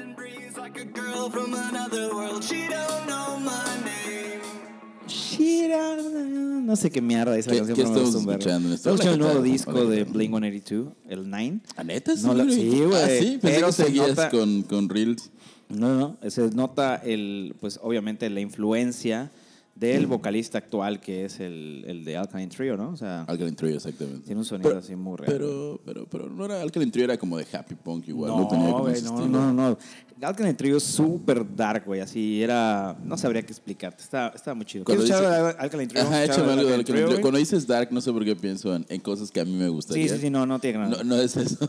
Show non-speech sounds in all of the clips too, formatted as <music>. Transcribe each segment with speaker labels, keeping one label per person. Speaker 1: and breathes like a girl from another world. She don't know my name.
Speaker 2: Shira, no sé qué mierda esa
Speaker 3: ¿Qué-
Speaker 2: canción.
Speaker 3: qué
Speaker 2: pero me
Speaker 3: estamos
Speaker 2: gusta un verbo. Estamos
Speaker 3: escuchando? Estamos
Speaker 2: escuchando el nuevo
Speaker 3: escuchando,
Speaker 2: disco de
Speaker 3: escuchando.
Speaker 2: Blink 182, el Nine.
Speaker 3: ¿A neta?
Speaker 2: No lo- sí, güey.
Speaker 3: Ah, sí, pensé
Speaker 2: Pero
Speaker 3: que
Speaker 2: se
Speaker 3: seguías
Speaker 2: nota-
Speaker 3: con, con Reels.
Speaker 2: No, no, se nota el, pues obviamente la influencia del
Speaker 3: Mm.
Speaker 2: vocalista actual que es el, el de Alkaline Trio, ¿no? O sea,
Speaker 3: Alkaline Trio, exactamente.
Speaker 2: tiene un sonido
Speaker 3: Pero-
Speaker 2: así muy real.
Speaker 3: Pero, pero, pero no era Alkaline Trio, era como de Happy Punk igual. No,
Speaker 2: no,
Speaker 3: tenía como
Speaker 2: güey,
Speaker 3: ese
Speaker 2: no,
Speaker 3: estilo.
Speaker 2: no, no. Alkaline Trio es súper dark, güey, así era, no sabría qué explicarte, estaba, estaba muy chido.
Speaker 3: Cuando
Speaker 2: ¿Quieres escuchar
Speaker 3: dice-
Speaker 2: algo de Alkaline Trio?
Speaker 3: Ajá,
Speaker 2: ¿Quieres
Speaker 3: échame
Speaker 2: escuchar
Speaker 3: algo de
Speaker 2: Alkaline
Speaker 3: Alkaline
Speaker 2: Trio,
Speaker 3: Trio.
Speaker 2: güey?
Speaker 3: Cuando dices Dark, no sé por qué pienso en, en cosas que a mí me gustaría.
Speaker 2: Sí, sí, sí, no, no tiene nada.
Speaker 3: No,
Speaker 2: No,
Speaker 3: no es eso.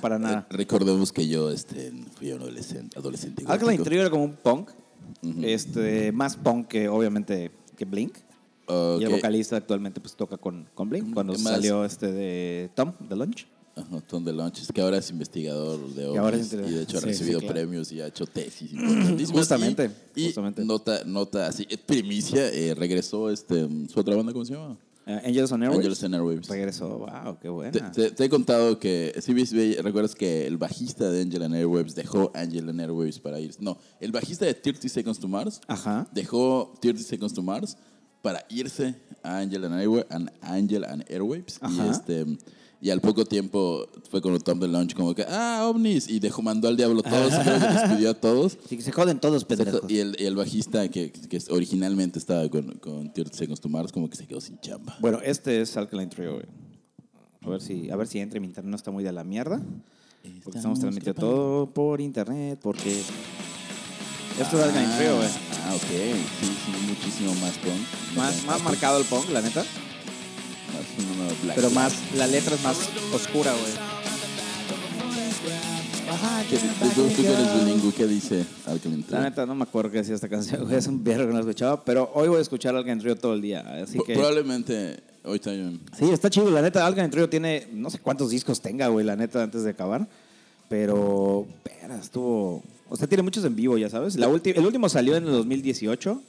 Speaker 2: para nada.
Speaker 3: <laughs> Recordemos que yo este, fui un adolescente. adolescente
Speaker 2: Alkaline
Speaker 3: gótico.
Speaker 2: Trio era como un punk, este, más punk que obviamente que Blink.
Speaker 3: Ok.
Speaker 2: Y el vocalista actualmente pues toca con, con Blink cuando
Speaker 3: Más-
Speaker 2: salió este de Tom, de Lunch.
Speaker 3: Ajá, Tom de Launches, que ahora es investigador de
Speaker 2: Que ahora es
Speaker 3: ovnis y de hecho ha
Speaker 2: investigador. Sí,
Speaker 3: recibido
Speaker 2: sí, claro.
Speaker 3: premios y ha hecho tesis. importantísimas.
Speaker 2: Justamente,
Speaker 3: Y, y
Speaker 2: justamente.
Speaker 3: Nota, nota así, eh, primicia, eh, regresó este, su otra banda, ¿cómo se llama?
Speaker 2: Eh, Angels on Airwaves.
Speaker 3: Angels on Airwaves.
Speaker 2: Regresó, wow, qué buena.
Speaker 3: Te, te- te he contado que, si ves- ve- recuerdas que el bajista de Angel and Airwaves dejó Angel and Airwaves para irse. No, el bajista de 30 Seconds to Mars
Speaker 2: Ajá.
Speaker 3: dejó 30 Seconds to Mars para irse a Angel and Airwaves. and Angel and Airwaves
Speaker 2: Ajá.
Speaker 3: y, este, y al poco tiempo fue con Tom de Launch como que, ah, ovnis. Y dejó, mandó al diablo a todos,
Speaker 2: <laughs>
Speaker 3: y luego se despidió a todos.
Speaker 2: Sí, que se joden todos, pendejos.
Speaker 3: Y el, y el bajista que, que originalmente estaba con, con 30 Seconds to Mars como que se quedó sin chamba.
Speaker 2: Bueno, este es Alkaline Trio, güey. A ver si, a ver si entra, mi internet no está muy de la mierda. Porque estamos transmitiendo todo por internet, porque... Esto es Alkaline Trio, güey.
Speaker 3: Ah, ok. Sí, sí, muchísimo más punk.
Speaker 2: Más, más marcado el punk, la neta.
Speaker 3: Más uno black.
Speaker 2: Pero
Speaker 3: Black.
Speaker 2: más, la letra es más oscura, güey.
Speaker 3: ¿Qué- tú, tú que eres bilingüe, ¿qué dice Alkaline Trio?
Speaker 2: La neta, no me acuerdo qué decía esta canción, güey. Es un verbo que no escuchaba, pero hoy voy a escuchar Alkaline Trio todo el día. Así
Speaker 3: Pro-
Speaker 2: que...
Speaker 3: Probablemente hoy también.
Speaker 2: Sí, está chido. La neta, Alkaline Trio tiene, no sé cuántos discos tenga, güey, la neta, antes de acabar. Pero, pera, estuvo... O sea, tiene muchos en vivo, ya sabes. La ulti- el último salió en el 2018.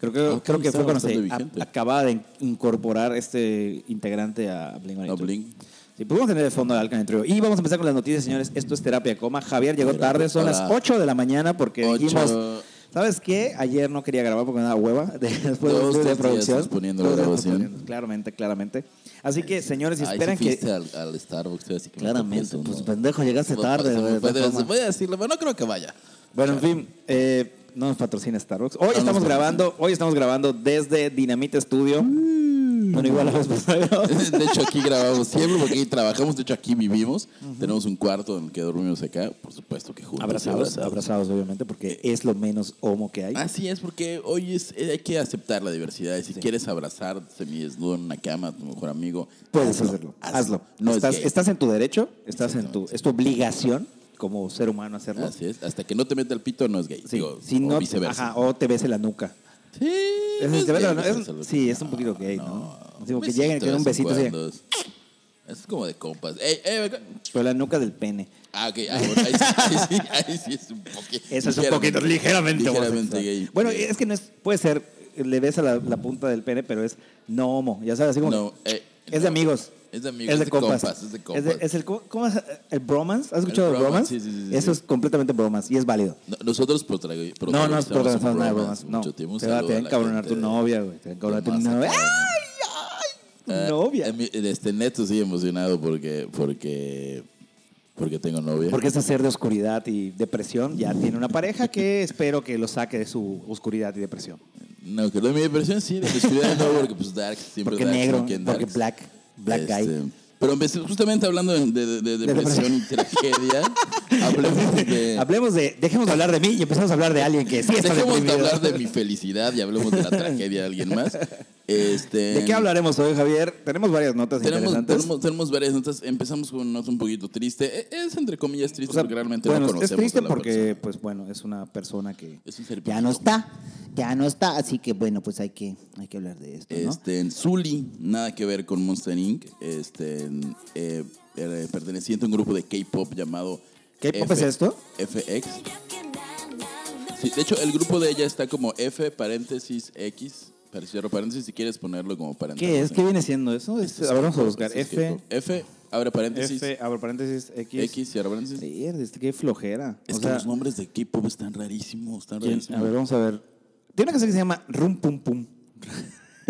Speaker 2: Creo que,
Speaker 3: Ok,
Speaker 2: creo que
Speaker 3: está
Speaker 2: fue cuando se
Speaker 3: Ah, bastante
Speaker 2: a-
Speaker 3: vigente.
Speaker 2: acababa de in- incorporar este integrante a
Speaker 3: No,
Speaker 2: Blink-182.
Speaker 3: Blink.
Speaker 2: Sí, pues vamos a tener de fondo al Alkaline Trio. Y vamos a empezar con las noticias, señores. Esto es Terapia Coma. Javier llegó
Speaker 3: Terapia
Speaker 2: tarde, son las
Speaker 3: Coma.
Speaker 2: 8 de la mañana porque
Speaker 3: Ocho.
Speaker 2: dijimos... ¿Sabes qué? Ayer no quería grabar porque me daba hueva <laughs> después
Speaker 3: Dos,
Speaker 2: de, de
Speaker 3: tres días
Speaker 2: producción.
Speaker 3: posponiendo
Speaker 2: Dos
Speaker 3: la
Speaker 2: días
Speaker 3: grabación.
Speaker 2: posponiendo. Claramente, claramente. Así que, señores, si
Speaker 3: Ay,
Speaker 2: esperan
Speaker 3: sí
Speaker 2: que...
Speaker 3: fuiste al, al Starbucks, así que
Speaker 2: Claramente, pues pendejo, llegaste
Speaker 3: hace
Speaker 2: tarde. güey, de todas formas.
Speaker 3: Voy a decirlo, pero no creo que vaya. <laughs>
Speaker 2: Bueno, en fin, eh, no nos patrocina Starbucks. Hoy
Speaker 3: nos
Speaker 2: estamos
Speaker 3: patrocina.
Speaker 2: grabando, hoy estamos grabando desde Dinamite Studio.
Speaker 3: Mm.
Speaker 2: Bueno, igual a los
Speaker 3: <laughs> De hecho, aquí grabamos siempre porque aquí trabajamos. De hecho, aquí vivimos. Tenemos un cuarto en el que dormimos acá. Por supuesto que juntos. y
Speaker 2: Abrazados, abrazados, obviamente, porque es lo menos homo que hay.
Speaker 3: Así es, porque hoy es, eh, hay que aceptar la diversidad. Y si quieres abrazar semidesnudo en una cama a tu mejor amigo,
Speaker 2: Puedes hacerlo. Hazlo.
Speaker 3: No es
Speaker 2: estás,
Speaker 3: gay.
Speaker 2: estás en tu derecho, estás en tu, es tu obligación como ser humano hacerlo.
Speaker 3: Así es. Hasta que no te meta el pito, no es gay.
Speaker 2: Sí,
Speaker 3: Ah, Digo,
Speaker 2: si
Speaker 3: o
Speaker 2: no,
Speaker 3: viceversa.
Speaker 2: ajá, o te bese la nuca.
Speaker 3: Sí.
Speaker 2: Es-
Speaker 3: no es
Speaker 2: te besa la-
Speaker 3: gay, no es
Speaker 2: es-
Speaker 3: absoluto.
Speaker 2: sí, es un poquito gay, ¿no? Así como que
Speaker 3: besito
Speaker 2: lleguen, que den un
Speaker 3: de vez en
Speaker 2: besito así.
Speaker 3: pues cuando. Es es como de compas. Ey, ey, ven acá.
Speaker 2: Pero la nuca del pene.
Speaker 3: Ah, ok. Ah, bueno, ahí, sí, ahí sí, ahí sí es un poquito.
Speaker 2: <laughs> Eso es un poquito ligeramente,
Speaker 3: ligeramente
Speaker 2: homosexual.
Speaker 3: gay.
Speaker 2: Bueno,
Speaker 3: Eh,
Speaker 2: es que no es, puede ser, le besa la, la punta del pene, pero es no homo. Ya sabes, así como.
Speaker 3: No,
Speaker 2: que
Speaker 3: eh,
Speaker 2: es de
Speaker 3: no.
Speaker 2: amigos.
Speaker 3: Es de amigos,
Speaker 2: Es de
Speaker 3: es de
Speaker 2: compas.
Speaker 3: compas, es de
Speaker 2: Es,
Speaker 3: compas.
Speaker 2: el, ¿cómo, cómo es? ¿El bromance? ¿Has escuchado el bromance?
Speaker 3: bromance, sí, sí, sí, sí.
Speaker 2: Eso es completamente bromance y es válido.
Speaker 3: no- nosotros protagonizamos.
Speaker 2: No, no es protagonizamos nada de
Speaker 3: bromas
Speaker 2: bromance. No.
Speaker 3: mucho tiempo. Un
Speaker 2: Te va te
Speaker 3: saludo
Speaker 2: va a
Speaker 3: la
Speaker 2: encabronar
Speaker 3: gente
Speaker 2: tu
Speaker 3: de-
Speaker 2: novia, güey. Te va a encabronar tu novia. ¡Ay!
Speaker 3: Ah,
Speaker 2: Novia.
Speaker 3: a mí, Este neto sigue emocionado porque, porque, porque tengo novia.
Speaker 2: Porque este ser de oscuridad y depresión ya tiene una pareja
Speaker 3: <laughs>
Speaker 2: que espero que lo saque de su oscuridad y depresión.
Speaker 3: No, que lo de mi depresión sí, de mi ciudad no, porque pues dark siempre
Speaker 2: Porque
Speaker 3: darks,
Speaker 2: negro,
Speaker 3: no quieren
Speaker 2: porque
Speaker 3: darks.
Speaker 2: black, black
Speaker 3: Este,
Speaker 2: guy.
Speaker 3: Pero empecé- justamente hablando de, de- de depresión y tragedia, hablemos
Speaker 2: <laughs>
Speaker 3: de...
Speaker 2: Hablemos de, dejemos de hablar de mí y empezamos a hablar de alguien que sí está
Speaker 3: Este, Dejemos de
Speaker 2: deprimido.
Speaker 3: hablar de mi felicidad y hablemos de la tragedia de alguien más.
Speaker 2: <laughs>
Speaker 3: Este,
Speaker 2: ¿De qué hablaremos hoy, Javier? Tenemos varias notas
Speaker 3: Tenemos,
Speaker 2: interesantes.
Speaker 3: tenemos, tenemos varias notas. Empezamos con una nota un poquito triste. E- Es entre comillas triste
Speaker 2: O sea,
Speaker 3: porque realmente
Speaker 2: bueno,
Speaker 3: no conocemos
Speaker 2: es triste
Speaker 3: a la
Speaker 2: porque,
Speaker 3: persona.
Speaker 2: pues bueno, es una persona que
Speaker 3: Es un ser
Speaker 4: Ya no
Speaker 3: vivo.
Speaker 4: está, ya no está, así que bueno, pues hay que, hay que hablar de esto, ¿no?
Speaker 3: Este, en Zully, nada que ver con Monster Inc. Este, en, eh, eh, perteneciente a un grupo de K-pop llamado.
Speaker 2: ¿K-pop es esto?
Speaker 3: FX. Sí, de hecho, el grupo de ella está como F paréntesis X Pero cierro paréntesis si quieres ponerlo como para
Speaker 2: ¿Qué
Speaker 3: entrar,
Speaker 2: es?
Speaker 3: ¿no?
Speaker 2: ¿Qué viene siendo eso? Es- a ver, vamos a buscar.
Speaker 3: este Es que-
Speaker 2: F,
Speaker 3: F, abre paréntesis.
Speaker 2: F, abro paréntesis, X.
Speaker 3: X, cierra paréntesis.
Speaker 2: Mierda, este, qué flojera.
Speaker 3: Es
Speaker 2: O
Speaker 3: que
Speaker 2: sea,
Speaker 3: los nombres de K-pop están rarísimos, están
Speaker 2: ¿quién?
Speaker 3: rarísimos.
Speaker 2: a ver, vamos a ver. Tiene una canción que se llama Rum Pum Pum.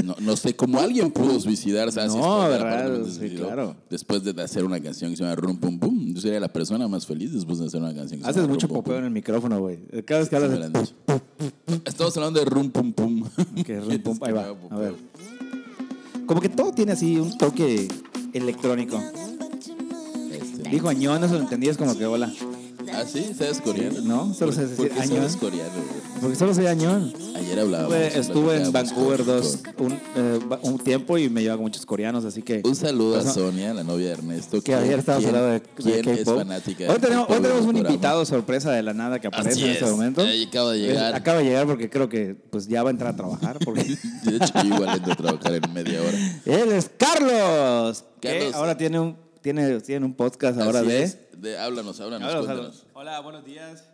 Speaker 3: No, no sé cómo alguien pudo suicidarse. Ah, sí,
Speaker 2: No,
Speaker 3: spoiler,
Speaker 2: ¿verdad?
Speaker 3: aparentemente se
Speaker 2: Sí,
Speaker 3: suicidó
Speaker 2: claro.
Speaker 3: Después de hacer una canción que se llama Rum Pum Pum. Yo sería la persona más feliz después de hacer una canción que se
Speaker 2: Haces
Speaker 3: llama
Speaker 2: mucho
Speaker 3: Rum Pum
Speaker 2: popeo en el micrófono, güey. Cada vez que
Speaker 3: Pum.
Speaker 2: hablas.
Speaker 3: Sí, me lo han dicho. Estamos hablando de Rum Pum Pum.
Speaker 2: Que rum, pum, ahí
Speaker 3: <laughs>
Speaker 2: va.
Speaker 3: popeo.
Speaker 2: A ver. Como que todo tiene así un toque electrónico.
Speaker 3: Este.
Speaker 2: Dijo añón, eso lo entendías como que hola.
Speaker 3: Ah, sí, ¿sabes coreano?
Speaker 2: No, solo
Speaker 3: ¿Por-
Speaker 2: sabes
Speaker 3: por
Speaker 2: decir
Speaker 3: qué
Speaker 2: añón.
Speaker 3: sabes coreano, güey?
Speaker 2: Porque solo soy añón.
Speaker 3: Ayer hablábamos.
Speaker 2: Estuve, estuve en
Speaker 3: platicábamos
Speaker 2: Vancouver
Speaker 3: con-
Speaker 2: dos, un, eh, va- un tiempo y me llevaba con muchos coreanos, así que.
Speaker 3: con- Un saludo a
Speaker 2: Pues no,
Speaker 3: Sonia, la novia de Ernesto.
Speaker 2: Que ayer estábamos
Speaker 3: ¿Quién-
Speaker 2: hablando de, de
Speaker 3: ¿Quién es
Speaker 2: K-pop.
Speaker 3: fanática?
Speaker 2: Hoy
Speaker 3: del
Speaker 2: tenemos, hoy
Speaker 3: K-pop
Speaker 2: tenemos
Speaker 3: del
Speaker 2: un
Speaker 3: programa?
Speaker 2: invitado sorpresa de la nada que aparece
Speaker 3: Así
Speaker 2: en este
Speaker 3: es.
Speaker 2: momento.
Speaker 3: Ahí acaba de llegar.
Speaker 2: acaba de llegar porque creo que pues ya va a entrar a trabajar. Porque... <laughs>
Speaker 3: <laughs> De hecho, yo igual entro a trabajar en media hora.
Speaker 2: Él es Carlos. que
Speaker 3: Carlos.
Speaker 2: ahora tiene un, tiene, tiene un podcast ahora
Speaker 3: Así
Speaker 2: de.
Speaker 3: es. de. Háblanos, háblanos,
Speaker 2: Ahora, o sea,
Speaker 3: cuéntanos.
Speaker 5: Hola, buenos días.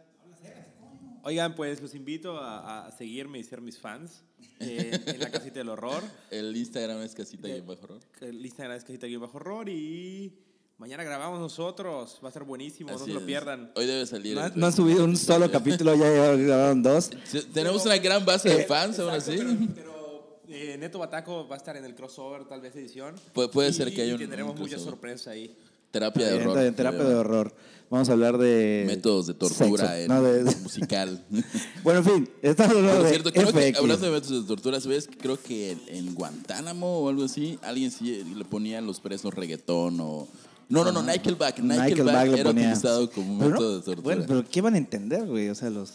Speaker 5: Oigan, pues los invito a, a seguirme y ser mis fans eh, en la casita del horror.
Speaker 3: El Instagram es casita y en bajo horror.
Speaker 5: El Instagram es casita bajo horror y mañana grabamos nosotros. Va a ser buenísimo, no
Speaker 3: Así
Speaker 5: se lo
Speaker 3: es.
Speaker 5: pierdan.
Speaker 3: Hoy debe salir.
Speaker 2: No,
Speaker 3: el-
Speaker 2: no han subido un solo capítulo, Eh, ya grabaron dos.
Speaker 3: Se- Tenemos una gran base de fans, aún así.
Speaker 5: Pero, pero, eh, Neto Bataco va a estar en el crossover, tal vez edición.
Speaker 3: Pu- puede ser
Speaker 5: Y
Speaker 3: que haya un-
Speaker 5: Tendremos
Speaker 3: un
Speaker 5: muchas
Speaker 3: crossover.
Speaker 5: sorpresas ahí.
Speaker 3: Terapia de
Speaker 2: Bien,
Speaker 3: horror.
Speaker 2: Eh, en terapia de horror. Vamos a hablar de.
Speaker 3: Métodos de
Speaker 2: sexo,
Speaker 3: tortura en-
Speaker 2: no, de-
Speaker 3: <laughs> musical.
Speaker 2: <laughs> Bueno, en fin, estamos hablando
Speaker 3: Por
Speaker 2: de
Speaker 3: cierto, creo que,
Speaker 2: FX.
Speaker 3: hablando de métodos de tortura, ¿sabes? Creo que en, en Guantánamo o algo así, alguien sí le ponía a los presos reggaetón o. No, no, no, Nickelback. Nickelback,
Speaker 2: le
Speaker 3: era
Speaker 2: ponía-
Speaker 3: utilizado como un
Speaker 2: Pero no,
Speaker 3: método de tortura.
Speaker 2: Bueno, pero ¿qué van a entender, güey? O sea, los...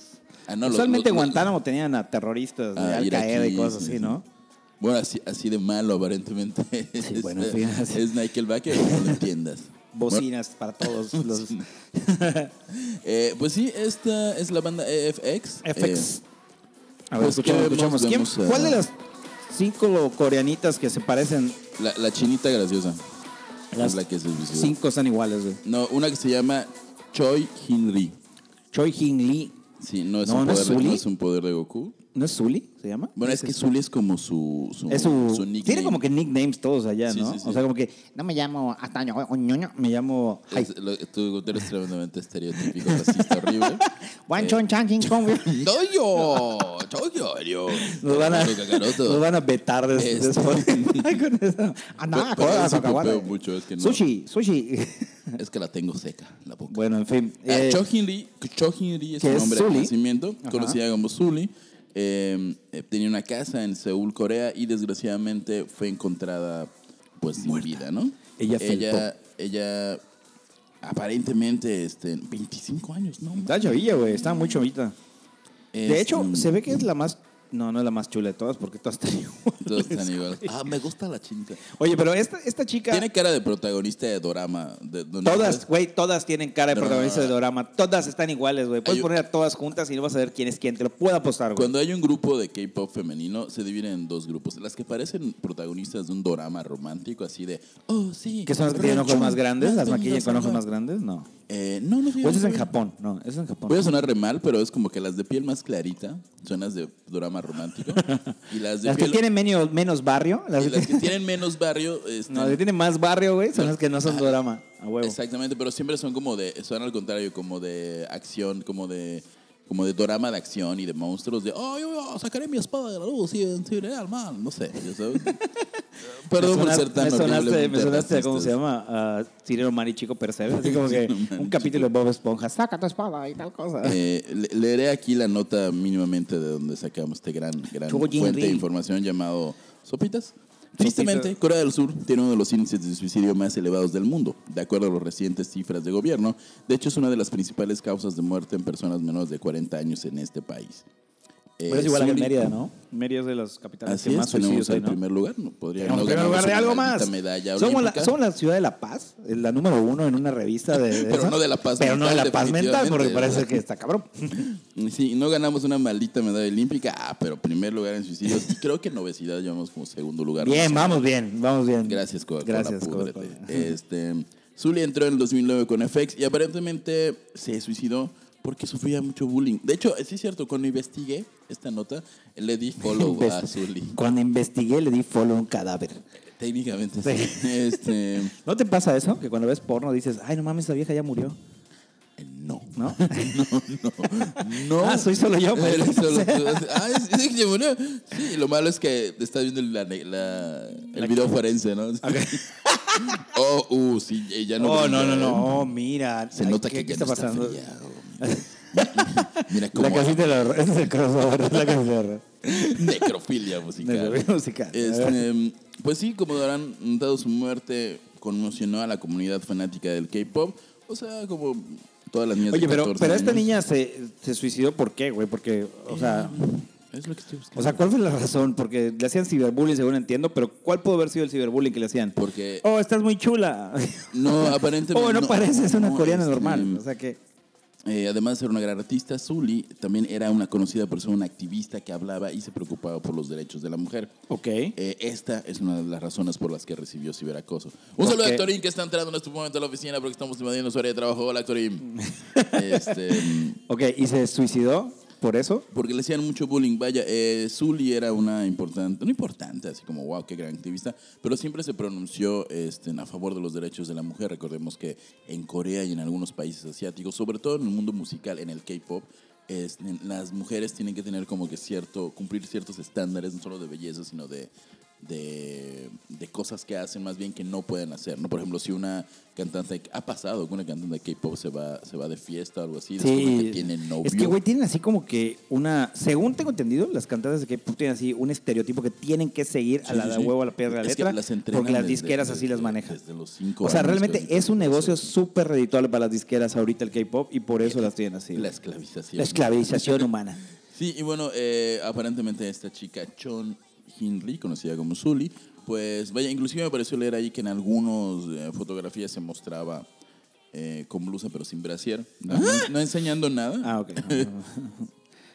Speaker 3: Ah, no, los-
Speaker 2: Usualmente
Speaker 3: los-
Speaker 2: Guantánamo tenían a terroristas de
Speaker 3: Ah,
Speaker 2: Al Qaeda y
Speaker 3: iraquíes,
Speaker 2: cosas
Speaker 3: sí,
Speaker 2: así,
Speaker 3: sí.
Speaker 2: ¿no?
Speaker 3: Bueno, así, así de malo aparentemente. <laughs> es,
Speaker 2: bueno, en fin, así.
Speaker 3: <laughs> es Nickelback, eh, no lo entiendas.
Speaker 2: Bocinas para todos
Speaker 3: <laughs>
Speaker 2: los...
Speaker 3: Bueno, eh, pues sí, esta es la banda E FX.
Speaker 2: FX.
Speaker 3: Eh,
Speaker 2: A ver,
Speaker 3: pues,
Speaker 2: escuchamos,
Speaker 3: ¿qué vemos?
Speaker 2: escuchamos. ¿Quién-
Speaker 3: Vemos eh? a-
Speaker 2: ¿Cuál de las cinco coreanitas que se parecen?
Speaker 3: Eh, la, la chinita graciosa.
Speaker 2: Las
Speaker 3: es la que se suicidó.
Speaker 2: Cinco son iguales, güey.
Speaker 3: No, una que se llama Choi Hinri.
Speaker 2: Choi Hing Lee.
Speaker 3: Sí, no es,
Speaker 2: No,
Speaker 3: un,
Speaker 2: ¿no es
Speaker 3: poder, de-
Speaker 2: Zully?
Speaker 3: no es un poder de Goku.
Speaker 2: ¿No es Zuli? ¿Se llama?
Speaker 3: Bueno, es que Zully es como su, su,
Speaker 2: Es su,
Speaker 3: su nickname.
Speaker 2: Tiene como que nicknames todos allá,
Speaker 3: Sí,
Speaker 2: ¿no?
Speaker 3: sí, sí.
Speaker 2: O sea, como que no me llamo Ataño, o- o ñoño, me llamo Hai.
Speaker 3: Es lo- tú tú eres tremendamente estereotípico, racista,
Speaker 2: <laughs>
Speaker 3: horrible.
Speaker 4: Juan Chon Chan Jin Kong.
Speaker 3: ¡No, yo! ¡Choi, yo, yo!
Speaker 2: Nos van, a,
Speaker 3: Cacaroto.
Speaker 2: nos van a vetar des-
Speaker 3: Este.
Speaker 2: después. <laughs> Con eso.
Speaker 3: Pero-
Speaker 2: Anda,
Speaker 3: pero
Speaker 2: joda,
Speaker 3: eso
Speaker 2: cacahuate.
Speaker 3: popeo mucho, es que no.
Speaker 2: Sushi, sushi. <laughs>
Speaker 3: Es que la tengo seca, la boca.
Speaker 2: bueno, en fin.
Speaker 3: Ah,
Speaker 2: eh,
Speaker 3: Cho Hyun Lee, Cho Hyun Lee es
Speaker 2: que
Speaker 3: un
Speaker 2: es
Speaker 3: hombre de
Speaker 2: Zully.
Speaker 3: nacimiento,
Speaker 2: Ajá.
Speaker 3: conocida como Zully. Eh, eh, tenía una casa en Seúl, Corea, y desgraciadamente fue encontrada pues sin vida, ¿no?
Speaker 2: Ella
Speaker 3: ella, ella aparentemente este, 25 años, ¿no?
Speaker 2: está chavilla, güey. Está muy chavita.
Speaker 3: Es,
Speaker 2: De hecho,
Speaker 3: mm,
Speaker 2: se ve que es la más... No, no es la más chula de todas porque todas están <laughs>
Speaker 3: todos
Speaker 2: iguales. <laughs>
Speaker 3: están iguales. Ah, me gusta la chinita.
Speaker 2: Oye, pero esta, esta chica...
Speaker 3: Tiene cara de protagonista de Dorama. de- de-
Speaker 2: Todas, güey, todas tienen cara de
Speaker 3: No,
Speaker 2: protagonista
Speaker 3: no, no.
Speaker 2: de dorama. Todas están iguales, güey. Puedes
Speaker 3: Hay-
Speaker 2: poner a todas juntas y no vas a ver quién es quién. Te lo puedo apostar, güey.
Speaker 3: Cuando hay un grupo de K-pop femenino, se dividen en dos grupos. Las que parecen protagonistas de un drama romántico, así de, oh, sí.
Speaker 2: ¿Qué son las que tienen ojos
Speaker 3: Rachel,
Speaker 2: más grandes? ¿Las maquillan con ojos
Speaker 3: ajá.
Speaker 2: más grandes? No.
Speaker 3: Eh, no, no.
Speaker 2: O eso es en
Speaker 3: no,
Speaker 2: Japón. No, eso es en
Speaker 3: Voy
Speaker 2: Japón.
Speaker 3: a sonar re mal, pero es como que las de piel más clarita son las de drama
Speaker 2: <laughs>
Speaker 3: romántico. y las de
Speaker 2: Las que
Speaker 3: piel.
Speaker 2: tienen menos, menos barrio, las
Speaker 3: y
Speaker 2: que,
Speaker 3: las que
Speaker 2: tienen-
Speaker 3: tienen menos barrio. este,
Speaker 2: no, las que tienen más barrio, güey, son las que no
Speaker 3: Ah,
Speaker 2: son dorama. A huevo.
Speaker 3: Exactamente, pero siempre son como de, son al contrario, como de acción, como de, como de dorama de acción y de monstruos, de, oh, yo, yo sacaré mi espada de la luz y venceré al mal, no sé, ya sabes. Perdón
Speaker 2: Me
Speaker 3: por
Speaker 2: sona-
Speaker 3: ser tan
Speaker 2: Me sonaste, me
Speaker 3: horriblemente
Speaker 2: sonaste ¿cómo
Speaker 3: racistas.
Speaker 2: se llama? Ah, Sireno Mari Chico Percebe. Así
Speaker 3: <laughs>
Speaker 2: como que un capítulo de Bob Esponja.
Speaker 4: Saca tu espada y tal cosa.
Speaker 3: Eh, le- leeré aquí la nota mínimamente de donde sacamos este gran, gran
Speaker 4: Chojin
Speaker 3: fuente de
Speaker 4: Ri.
Speaker 3: información llamado Sopitas. Tristemente, Corea del Sur tiene uno de los índices de suicidio más elevados del mundo, de acuerdo a las recientes cifras de gobierno. De hecho, es una de las principales causas de muerte en personas menores de 40 años en este país. Eh,
Speaker 2: Pero es igual a
Speaker 3: Suri-
Speaker 2: Mérida, ¿no? Mérida es de las capitales
Speaker 3: Así
Speaker 2: que
Speaker 3: es,
Speaker 2: más
Speaker 3: tenemos
Speaker 2: suicidios hay,
Speaker 3: el
Speaker 2: ¿no?
Speaker 3: primer lugar. No podría
Speaker 2: Tenemos
Speaker 3: no
Speaker 2: primer
Speaker 3: ganamos
Speaker 2: lugar de
Speaker 3: una
Speaker 2: algo
Speaker 3: maldita
Speaker 2: más.
Speaker 3: medalla
Speaker 2: Somos la,
Speaker 3: olímpica.
Speaker 2: somos la ciudad de La Paz, la número uno en una revista de. de
Speaker 3: Pero
Speaker 2: eso.
Speaker 3: no de la paz
Speaker 2: Pero no de
Speaker 3: mental,
Speaker 2: La Paz mental, porque
Speaker 3: definitivamente,
Speaker 2: parece
Speaker 3: ¿verdad?
Speaker 2: que está cabrón.
Speaker 3: Sí, no ganamos una maldita medalla olímpica, ah, pero primer lugar en suicidios. Y creo que en obesidad llevamos como segundo lugar. No
Speaker 2: Bien,
Speaker 3: sé.
Speaker 2: vamos bien, vamos bien.
Speaker 3: Gracias, Coca-Cola.
Speaker 2: Gracias,
Speaker 3: púdrete.
Speaker 2: Coca-Cola.
Speaker 3: Este, Zully entró en el 2009 con FX y aparentemente se suicidó porque sufría mucho bullying. De hecho, sí es cierto, cuando investigué esta nota, le
Speaker 2: <laughs>
Speaker 3: di follow a Zully.
Speaker 4: Cuando investigué le di follow a un cadáver.
Speaker 3: Técnicamente sí. Este,
Speaker 2: ¿No te pasa eso? Que cuando ves porno dices, ay, no mames, esa vieja ya murió.
Speaker 3: <laughs> no.
Speaker 2: ¿No?
Speaker 3: No.
Speaker 2: <laughs> Ah, soy solo yo, pues.
Speaker 3: Eres solo tú. Ah, es, es que se murió. Sí, y lo malo es que estás viendo la, ne- la- el video forense, ¿no? <laughs> oh, uh, sí, eh, ya
Speaker 2: <laughs>
Speaker 3: no.
Speaker 2: Oh, no, no, no. Oh, mira.
Speaker 3: Se
Speaker 2: Ay,
Speaker 3: nota
Speaker 2: ¿qué-
Speaker 3: que
Speaker 2: qué
Speaker 3: ya no está feriado.
Speaker 2: <laughs>
Speaker 3: Mira, mira cómo
Speaker 2: La <laughs> casita de horror. Ese es el crossover. es La casita del <laughs> horror.
Speaker 3: necrofilia musical.
Speaker 2: <laughs> Necrofilia musical.
Speaker 3: Este, pues sí, como habrán notado su muerte conmocionó a la comunidad fanática del K-pop, o sea, como todas las niñas de
Speaker 2: Oye, pero,
Speaker 3: 14
Speaker 2: pero esta
Speaker 3: años.
Speaker 2: niña se, se suicidó, ¿por qué, güey? Porque, o sea,
Speaker 3: es lo que estoy buscando.
Speaker 2: o sea, ¿cuál fue la razón? Porque le hacían ciberbullying, según entiendo, pero ¿cuál pudo haber sido el ciberbullying que le hacían?
Speaker 3: Porque-
Speaker 2: Oh, estás muy chula.
Speaker 3: no,
Speaker 2: <laughs>
Speaker 3: aparentemente
Speaker 2: oh, no, pareces una
Speaker 3: no,
Speaker 2: coreana
Speaker 3: este,
Speaker 2: normal. O sea que.
Speaker 3: Eh, además de ser una gran artista, Zully también era una conocida persona, una activista que hablaba y se preocupaba por los derechos de la mujer.
Speaker 2: Ok.
Speaker 3: Eh, esta es una de las razones por las que recibió ciberacoso.
Speaker 2: ¿Por
Speaker 3: Un saludo
Speaker 2: qué?
Speaker 3: a Torín que está entrando en este momento a la oficina porque estamos invadiendo su área de trabajo. Hola, Torín. Este, mm,
Speaker 2: Ok, ¿y se suicidó por eso?
Speaker 3: porque le hacían mucho bullying. Vaya, eh, Zully era una importante, no importante, así como wow, qué gran activista, pero siempre se pronunció este, a favor de los derechos de la mujer. Recordemos que en Corea y en algunos países asiáticos, sobre todo en el mundo musical, en el K-pop, es- las mujeres tienen que tener como que cierto, cumplir ciertos estándares, no solo de belleza, sino de, de, de cosas que hacen más bien que no pueden hacer. ¿no? Por ejemplo, si una cantante, ha pasado que una cantante de K-pop se va, se va de fiesta o algo así, descubre que tiene novio.
Speaker 2: Es que, güey, tienen así como que una. Según tengo entendido, las cantantes de K-pop tienen así un estereotipo que tienen que seguir a
Speaker 3: Sí,
Speaker 2: la
Speaker 3: sí,
Speaker 2: de
Speaker 3: sí.
Speaker 2: huevo, a la piedra de la
Speaker 3: Es que
Speaker 2: letra.
Speaker 3: las entrenan
Speaker 2: porque las
Speaker 3: desde-
Speaker 2: disqueras así
Speaker 3: desde-
Speaker 2: las manejan.
Speaker 3: desde los cinco
Speaker 2: O sea,
Speaker 3: años, pues,
Speaker 2: realmente
Speaker 3: creo,
Speaker 2: es un
Speaker 3: entonces,
Speaker 2: negocio súper redituable para las disqueras ahorita el K-pop y por eso las tienen así.
Speaker 3: La
Speaker 2: La,
Speaker 3: esclavización.
Speaker 2: <laughs>
Speaker 4: La esclavización humana.
Speaker 3: Sí, y bueno, eh, aparentemente esta chica, Chon Hinley, conocida como Zully, pues vaya, inclusive me pareció leer ahí que en algunas fotografías se mostraba eh, con blusa pero sin brasier, no, no enseñando nada.
Speaker 2: Ah, ok. <laughs>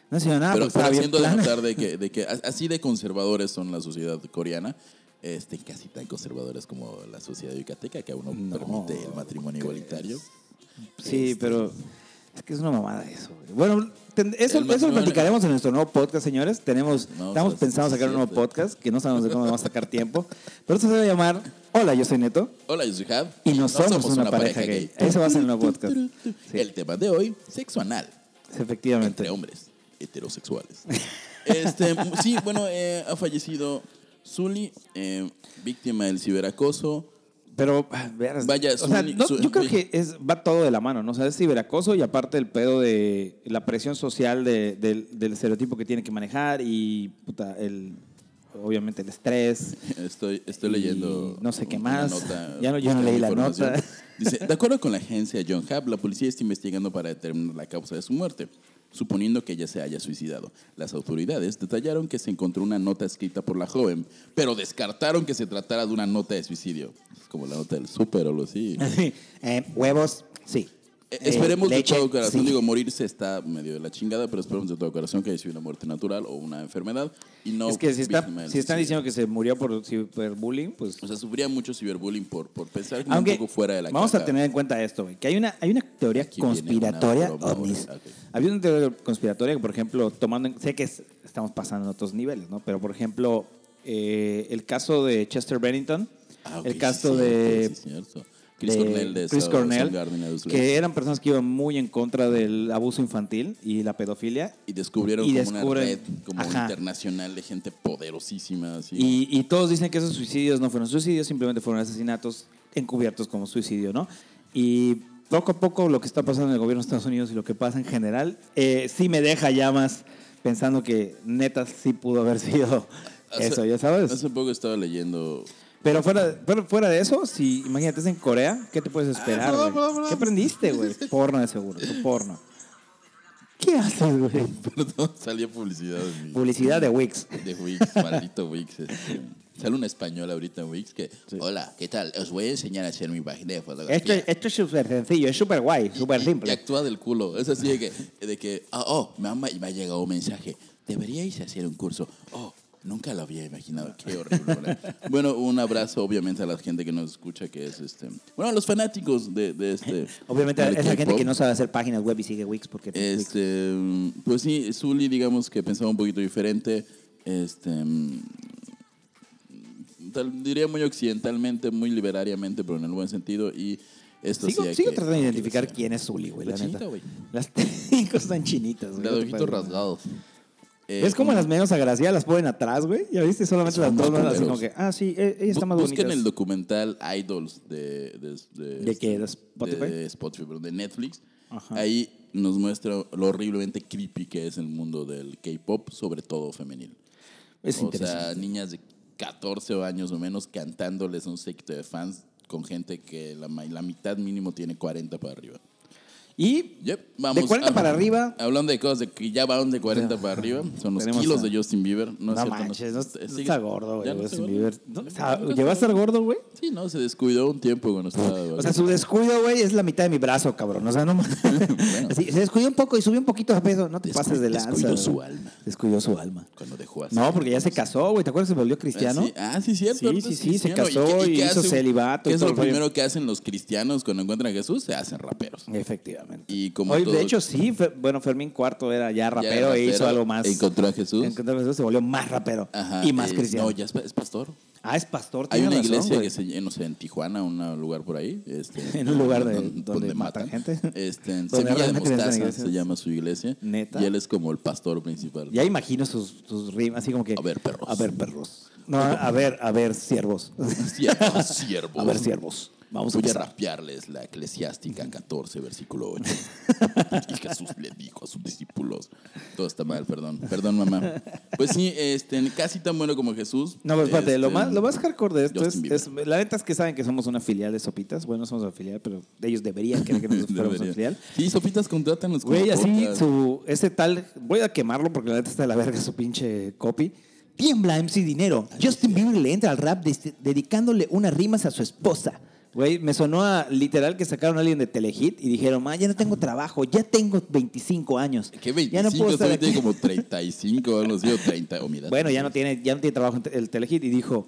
Speaker 2: No sé nada, pues, pero,
Speaker 3: pero pero
Speaker 2: estaba bien
Speaker 3: haciendo de
Speaker 2: plana.
Speaker 3: notar de que, de que as- así de conservadores son la sociedad coreana, este, casi tan conservadores como la sociedad yucateca, que aún no, permite el matrimonio igualitario.
Speaker 2: <laughs> Sí, pero es que es una mamada eso. güey. Bueno, ten- eso,
Speaker 3: El
Speaker 2: eso lo
Speaker 3: matrimonio-
Speaker 2: platicaremos en nuestro nuevo podcast, señores. Tenemos,
Speaker 3: No,
Speaker 2: estamos
Speaker 3: pues,
Speaker 2: pensando
Speaker 3: sí,
Speaker 2: sacar un nuevo
Speaker 3: cierto.
Speaker 2: podcast que no sabemos de cómo vamos a sacar tiempo. Pero esto se va a llamar Hola, yo soy Neto
Speaker 3: Hola, yo soy Jad.
Speaker 2: y no, somos, una, pareja, gay. Eso va a ser el nuevo <laughs> podcast. Sí,
Speaker 3: El tema de hoy, sexo anal
Speaker 2: efectivamente.
Speaker 3: entre hombres heterosexuales. este, sí, bueno, eh, ha fallecido Zully, eh, víctima del ciberacoso.
Speaker 2: Pero, ah, veras,
Speaker 3: Vaya,
Speaker 2: o sea,
Speaker 3: Zuni-
Speaker 2: no,
Speaker 3: Zuni-
Speaker 2: yo creo que es, va todo de la mano, ¿no? O sea, es ciberacoso y aparte el pedo de la presión social de- del, del estereotipo que tiene que manejar y, puta, el, obviamente el estrés. <laughs>
Speaker 3: Estoy, estoy
Speaker 2: Y
Speaker 3: leyendo.
Speaker 2: no sé qué
Speaker 3: una
Speaker 2: más. <laughs> Ya no- yo no
Speaker 3: buscando
Speaker 2: leí la
Speaker 3: información.
Speaker 2: nota.
Speaker 3: Dice: De acuerdo con la agencia John Hab, la policía está investigando para determinar la causa de su muerte, suponiendo que ella se haya suicidado. Las autoridades detallaron que se encontró una nota escrita por la joven, pero descartaron que se tratara de una nota de suicidio. Es como la nota del súper o algo así.
Speaker 4: Eh, huevos, sí.
Speaker 3: Eh, Esperemos
Speaker 4: Eh,
Speaker 3: de
Speaker 4: leche,
Speaker 3: todo corazón,
Speaker 4: sí.
Speaker 3: digo, morirse está medio de la chingada, pero esperemos de todo corazón que haya sido una muerte natural o una enfermedad y no
Speaker 2: es que si, está,
Speaker 3: víctima del
Speaker 2: si están
Speaker 3: suicidio.
Speaker 2: diciendo que se murió por ciberbullying, pues...
Speaker 3: O sea, sufría mucho ciberbullying por, por pensar como
Speaker 2: Aunque
Speaker 3: un poco fuera de la
Speaker 2: vamos
Speaker 3: caja.
Speaker 2: a tener en cuenta esto, güey, que hay una, hay una teoría
Speaker 3: Aquí viene
Speaker 4: conspiratoria
Speaker 3: una broma ahora.
Speaker 4: ovnis.
Speaker 3: Ah, ok.
Speaker 2: Había una teoría conspiratoria que, por ejemplo, tomando en- Sé que es- estamos pasando en otros niveles, ¿no? Pero, por ejemplo, eh, el caso de Chester Bennington,
Speaker 3: Ah, ok,
Speaker 2: el
Speaker 3: sí,
Speaker 2: caso
Speaker 3: sí,
Speaker 2: de...
Speaker 3: sí, cierto. Chris
Speaker 2: de
Speaker 3: Cornell de
Speaker 2: Chris
Speaker 3: Sound-
Speaker 2: Cornell,
Speaker 3: Soundgarden, Aerosmith.
Speaker 2: que eran personas que iban muy en contra del abuso infantil y la pedofilia.
Speaker 3: y descubrieron
Speaker 2: y
Speaker 3: como
Speaker 2: descubren-
Speaker 3: una red como
Speaker 2: Ajá.
Speaker 3: internacional de gente poderosísima. Así.
Speaker 2: Y, y todos dicen que esos suicidios no fueron suicidios, simplemente fueron asesinatos encubiertos como suicidio, ¿no? Y poco a poco lo que está pasando en el gobierno de Estados Unidos y lo que pasa en general, eh, sí me deja ya más pensando que neta sí pudo haber sido
Speaker 3: <laughs> Hace-
Speaker 2: eso, ya sabes.
Speaker 3: Hace poco estaba leyendo <laughs>
Speaker 2: Pero fuera, fuera, fuera de eso, si imagínate es en Corea, ¿qué te puedes
Speaker 3: Ah,
Speaker 2: esperar?
Speaker 3: perdón,
Speaker 2: güey?
Speaker 3: perdón, perdón.
Speaker 2: ¿Qué aprendiste,
Speaker 3: <laughs>
Speaker 2: güey? Porno de seguro, tu porno. ¿Qué haces, güey?
Speaker 3: Perdón, salía publicidad de mi-
Speaker 2: Publicidad de Wix.
Speaker 3: De
Speaker 2: <laughs>
Speaker 3: Wix, maldito Wix. este. Sale un español ahorita en Wix que, hola, ¿qué tal? Os voy a enseñar a hacer mi página de
Speaker 2: Esto,
Speaker 3: fotografía.
Speaker 2: esto es súper sencillo, es súper guay, súper
Speaker 3: Y
Speaker 2: simple.
Speaker 3: actúa del culo. Es así de que, de que ah, oh, me ha, ma- me ha llegado un mensaje. Deberíais hacer un curso. Oh, Nunca lo había imaginado. Qué horrible.
Speaker 4: <laughs>
Speaker 3: ¿verdad? bueno, un abrazo obviamente a la gente que nos escucha, que es este. Bueno, a los fanáticos de, de este.
Speaker 4: <laughs> Obviamente
Speaker 3: del
Speaker 4: es la gente
Speaker 3: K-pop.
Speaker 4: que no sabe hacer páginas web y sigue Wix porque tiene Wix.
Speaker 3: Este, pues sí, Zully, digamos que pensaba un poquito diferente. Este, mm, tal- diría muy occidentalmente, muy liberariamente, pero en el buen sentido. Y esto
Speaker 2: Sigo,
Speaker 3: hacía
Speaker 2: sigo
Speaker 3: que-
Speaker 2: tratando de
Speaker 3: que
Speaker 2: identificar
Speaker 3: sea-
Speaker 2: quién es Zully, güey, la
Speaker 3: La chinita,
Speaker 2: neta.
Speaker 3: Pues güey.
Speaker 2: Las <laughs> técnicos están chinitas, güey.
Speaker 3: La
Speaker 2: no te
Speaker 3: de ojitos
Speaker 2: pases.
Speaker 3: rasgados. Eh,
Speaker 2: Es como
Speaker 3: un-
Speaker 2: las menos agraciadas las ponen atrás, güey. Ya viste, solamente
Speaker 3: Son
Speaker 2: las
Speaker 3: más
Speaker 2: dos manos así como
Speaker 3: culeros.
Speaker 2: que, ah, sí, eh, ella está
Speaker 3: Bu-
Speaker 2: más bonita.
Speaker 3: Busquen el documental Idols de, de, de- este,
Speaker 2: ¿De qué? ¿De Spotify?
Speaker 3: De, Spotify, perdón, de Netflix.
Speaker 2: Ajá.
Speaker 3: Ahí nos muestra lo horriblemente creepy que es el mundo del K-pop, sobre todo femenil.
Speaker 2: Es
Speaker 3: o
Speaker 2: interesante.
Speaker 3: sea, niñas de 14 años o menos cantándoles a un séquito de fans con gente que la, ma- la mitad mínimo tiene 40 para arriba.
Speaker 2: y
Speaker 3: Yep, vamos,
Speaker 2: 40
Speaker 3: ah,
Speaker 2: para arriba.
Speaker 3: Hablando de cosas de que ya van de 40 para arriba, son los
Speaker 2: Tenemos
Speaker 3: kilos
Speaker 2: a-
Speaker 3: de Justin Bieber.
Speaker 2: no,
Speaker 3: No, es cierto,
Speaker 2: manches, no,
Speaker 3: sigue-
Speaker 2: no está gordo,
Speaker 3: ya
Speaker 2: güey.
Speaker 3: no está
Speaker 2: Justin
Speaker 3: gordo.
Speaker 2: Bieber. No,
Speaker 3: No,
Speaker 2: o sea,
Speaker 3: nunca está
Speaker 2: ¿Llegó a estar gordo, güey?
Speaker 3: Sí, no, se descuidó un tiempo cuando estaba. de
Speaker 2: O sea,
Speaker 3: vacaciones.
Speaker 2: su descuido, güey, es la mitad de mi brazo, cabrón. O sea,
Speaker 3: <laughs>
Speaker 2: no mames. <laughs> Así, Se descuidó un poco y subió un poquito de peso. No te
Speaker 3: Descu-
Speaker 2: pases de lanza.
Speaker 3: descuidó
Speaker 2: güey.
Speaker 3: su alma.
Speaker 2: Descuidó su alma.
Speaker 3: cuando dejó así.
Speaker 2: No, porque ya se casó, güey. ¿Te acuerdas que se volvió
Speaker 3: Ah,
Speaker 2: cristiano?
Speaker 3: sí. Ah, sí, cierto.
Speaker 2: Sí,
Speaker 3: ahorita
Speaker 2: sí,
Speaker 3: es
Speaker 2: sí, se
Speaker 3: cristiano. ¿Y
Speaker 2: casó
Speaker 3: qué-
Speaker 2: y
Speaker 3: qué
Speaker 2: hizo
Speaker 3: hacen-
Speaker 2: celibato y
Speaker 3: ¿Qué es
Speaker 2: todo
Speaker 3: lo
Speaker 2: el rollo?
Speaker 3: primero que hacen los cristianos cuando encuentran a Jesús? Se hacen raperos.
Speaker 2: Efectivamente.
Speaker 3: Y como
Speaker 2: Oye,
Speaker 3: todo-
Speaker 2: de hecho, sí. Fe- bueno, Fermín Cuarto era ya rapero,
Speaker 3: era
Speaker 2: e hizo
Speaker 3: rapero,
Speaker 2: algo más.
Speaker 3: encontró a Jesús.
Speaker 2: Encontró a Jesús, se volvió más rapero
Speaker 3: Ajá,
Speaker 2: y más
Speaker 3: eh,
Speaker 2: cristiano.
Speaker 3: No, ya es, pa- es pastor.
Speaker 2: Ah, es pastor.
Speaker 3: Hay
Speaker 2: tiene
Speaker 3: una
Speaker 2: razón,
Speaker 3: iglesia
Speaker 2: güey.
Speaker 3: que se eh, no sé, en Tijuana, un lugar por ahí.
Speaker 2: <laughs>
Speaker 3: este,
Speaker 2: En un lugar de-
Speaker 3: don-
Speaker 2: donde matan gente.
Speaker 3: Este, en
Speaker 2: Donde
Speaker 3: Semilla de
Speaker 2: realmente meten
Speaker 3: Mostaza
Speaker 2: iglesias.
Speaker 3: se llama su iglesia.
Speaker 2: ¿Neta?
Speaker 3: Y él es como el pastor principal. <laughs>
Speaker 2: Ya imagino sus, sus rimas, así como que.
Speaker 3: A ver, perros.
Speaker 2: A ver, perros. No, a ver, a ver, siervos. <laughs>
Speaker 3: Siervos, siervos.
Speaker 2: A ver, siervos. Vamos a
Speaker 3: Voy a
Speaker 2: empezar.
Speaker 3: rapearles la Eclesiástica 14, versículo
Speaker 2: <laughs>
Speaker 3: 8. y Jesús le dijo a sus discípulos. Todo está mal, perdón. Perdón, mamá. Pues sí, este, casi tan bueno como Jesús.
Speaker 2: No, pues espérate, lo,
Speaker 3: Este,
Speaker 2: más,
Speaker 3: <laughs>
Speaker 2: lo más hardcore de esto es,
Speaker 3: Justin Bieber.
Speaker 2: es- La neta es que saben que somos una filial de Sopitas. Bueno, no somos una filial, pero ellos deberían
Speaker 3: <laughs>
Speaker 2: creer que nosotros fuéramos una
Speaker 3: Debería.
Speaker 2: filial.
Speaker 3: Sí, Sopitas, contrátanos. como
Speaker 2: Güey, así
Speaker 3: podcast.
Speaker 2: su, ese tal, voy a quemarlo porque la neta está de la verga su pinche copy. Tiembla MC Dinero.
Speaker 3: Ah,
Speaker 4: Justin Bieber le entra al rap des- dedicándole unas rimas a su esposa.
Speaker 2: Güey, me sonó a literal que sacaron a alguien de Telehit y dijeron, ma, ya no tengo trabajo, ya tengo 25 años.
Speaker 3: ¿Qué
Speaker 2: ya
Speaker 3: 25?
Speaker 2: no puedo estar
Speaker 3: Todavía tiene
Speaker 2: aquí".
Speaker 3: como 35 o algo así, o 30. o mi edad.
Speaker 2: Bueno, ya no tiene, ya no tiene trabajo en te- el Telehit y dijo,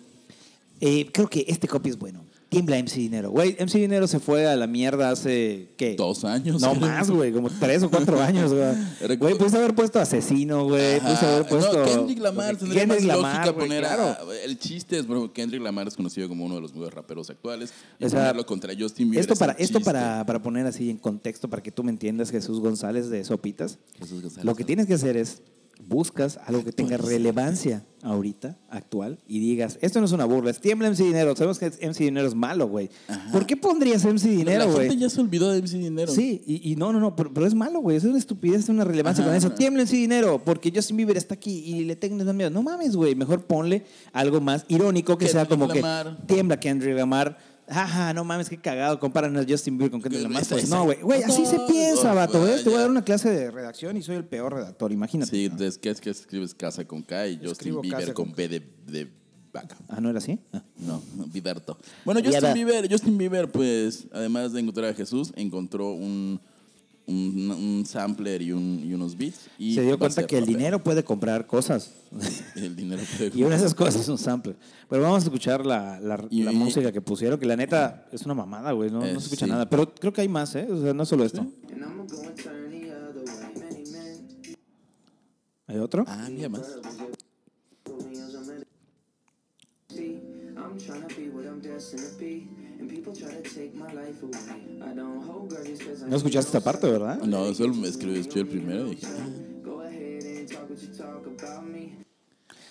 Speaker 2: eh, creo que este copy es bueno. Tiembla MC Dinero. Güey, MC Dinero se fue a la mierda hace, ¿qué?
Speaker 3: Dos años.
Speaker 2: No más, güey, como tres o cuatro años, güey.
Speaker 3: Recu-
Speaker 2: Güey, pudiste haber puesto asesino, güey.
Speaker 3: Ajá.
Speaker 2: Pudiste haber puesto.
Speaker 3: No, Kendrick Lamar tendría
Speaker 2: Kendrick
Speaker 3: más
Speaker 2: Lamar,
Speaker 3: lógica
Speaker 2: güey,
Speaker 3: poner a-
Speaker 2: claro.
Speaker 3: El chiste es, bueno, Kendrick Lamar es conocido como uno de los mejores raperos actuales. Y
Speaker 2: O sea,
Speaker 3: ponerlo contra Justin Bieber
Speaker 2: Esto,
Speaker 3: es
Speaker 2: para,
Speaker 3: un
Speaker 2: esto
Speaker 3: chiste.
Speaker 2: para, para poner así en contexto, para que tú me entiendas, Jesús González de Sopitas.
Speaker 3: Jesús González.
Speaker 2: Lo que tienes que hacer es buscas algo que tenga
Speaker 3: Actualiza.
Speaker 2: relevancia ahorita, actual, y digas, esto no es una burla, es tiembla MC Dinero. Sabemos que MC Dinero es malo, güey. ¿Por qué pondrías MC Dinero,
Speaker 3: La
Speaker 2: güey?
Speaker 3: gente ya se olvidó de MC Dinero.
Speaker 2: Sí, y, y no, no, no, pero, pero es malo, güey. Es una estupidez, es una relevancia
Speaker 3: Ajá.
Speaker 2: con eso. Tiemblen sí dinero, porque Justin Bieber está aquí y le tengo más miedo. No mames, güey. Mejor ponle algo más irónico que sea
Speaker 3: Kendrick
Speaker 2: como
Speaker 3: Lamar.
Speaker 2: que tiembla Kendrick Lamar. Ajá, no mames, qué cagado. Comparan a Justin Bieber con Kendrick
Speaker 3: Esa-
Speaker 2: Lamar. Pues
Speaker 3: esa-
Speaker 2: no, güey. Güey, así se
Speaker 3: No,
Speaker 2: piensa,
Speaker 3: no,
Speaker 2: vato. ¿ves? Te voy a
Speaker 3: vaya.
Speaker 2: dar una clase de redacción y soy el peor redactor, imagínate.
Speaker 3: Sí, entonces, ¿qué es que escribes casa con K y Justin
Speaker 2: Escribo
Speaker 3: Bieber
Speaker 2: casa
Speaker 3: con
Speaker 2: con
Speaker 3: B de, de vaca?
Speaker 2: Ah, ¿no era así? Ah.
Speaker 3: No, Biberto. Bueno,
Speaker 4: Ya
Speaker 3: Justin
Speaker 4: da.
Speaker 3: Bieber, Justin Bieber, pues, además de encontrar a Jesús, encontró un, un, un sampler y, un, y unos beats. Y
Speaker 2: se dio
Speaker 3: va a
Speaker 2: cuenta
Speaker 3: ser
Speaker 2: que el
Speaker 3: rapero.
Speaker 2: dinero puede comprar cosas.
Speaker 3: <laughs> El dinero puede
Speaker 2: <laughs> Y una de esas cosas es un sample. Pero vamos a escuchar la, la-
Speaker 3: Y-
Speaker 2: la
Speaker 3: y-
Speaker 2: música que pusieron, que la neta es una mamada, güey. No, no
Speaker 3: Eh,
Speaker 2: se escucha
Speaker 3: sí.
Speaker 2: nada. Pero creo que hay más, ¿eh? O sea, no solo esto.
Speaker 1: And I'ma go and turn the other way. Many men
Speaker 2: ¿Hay otro?
Speaker 3: Ah, mira más.
Speaker 1: told me I was a man. See, I'm tryna be what I'm destined to be, and people try to take my life away. I don't hold grudges 'cause I
Speaker 2: No escuchaste esta parte, ¿verdad?
Speaker 3: No, solo me escribí escribí el primero y dije, ah.
Speaker 1: Go ahead and talk what you talk about me.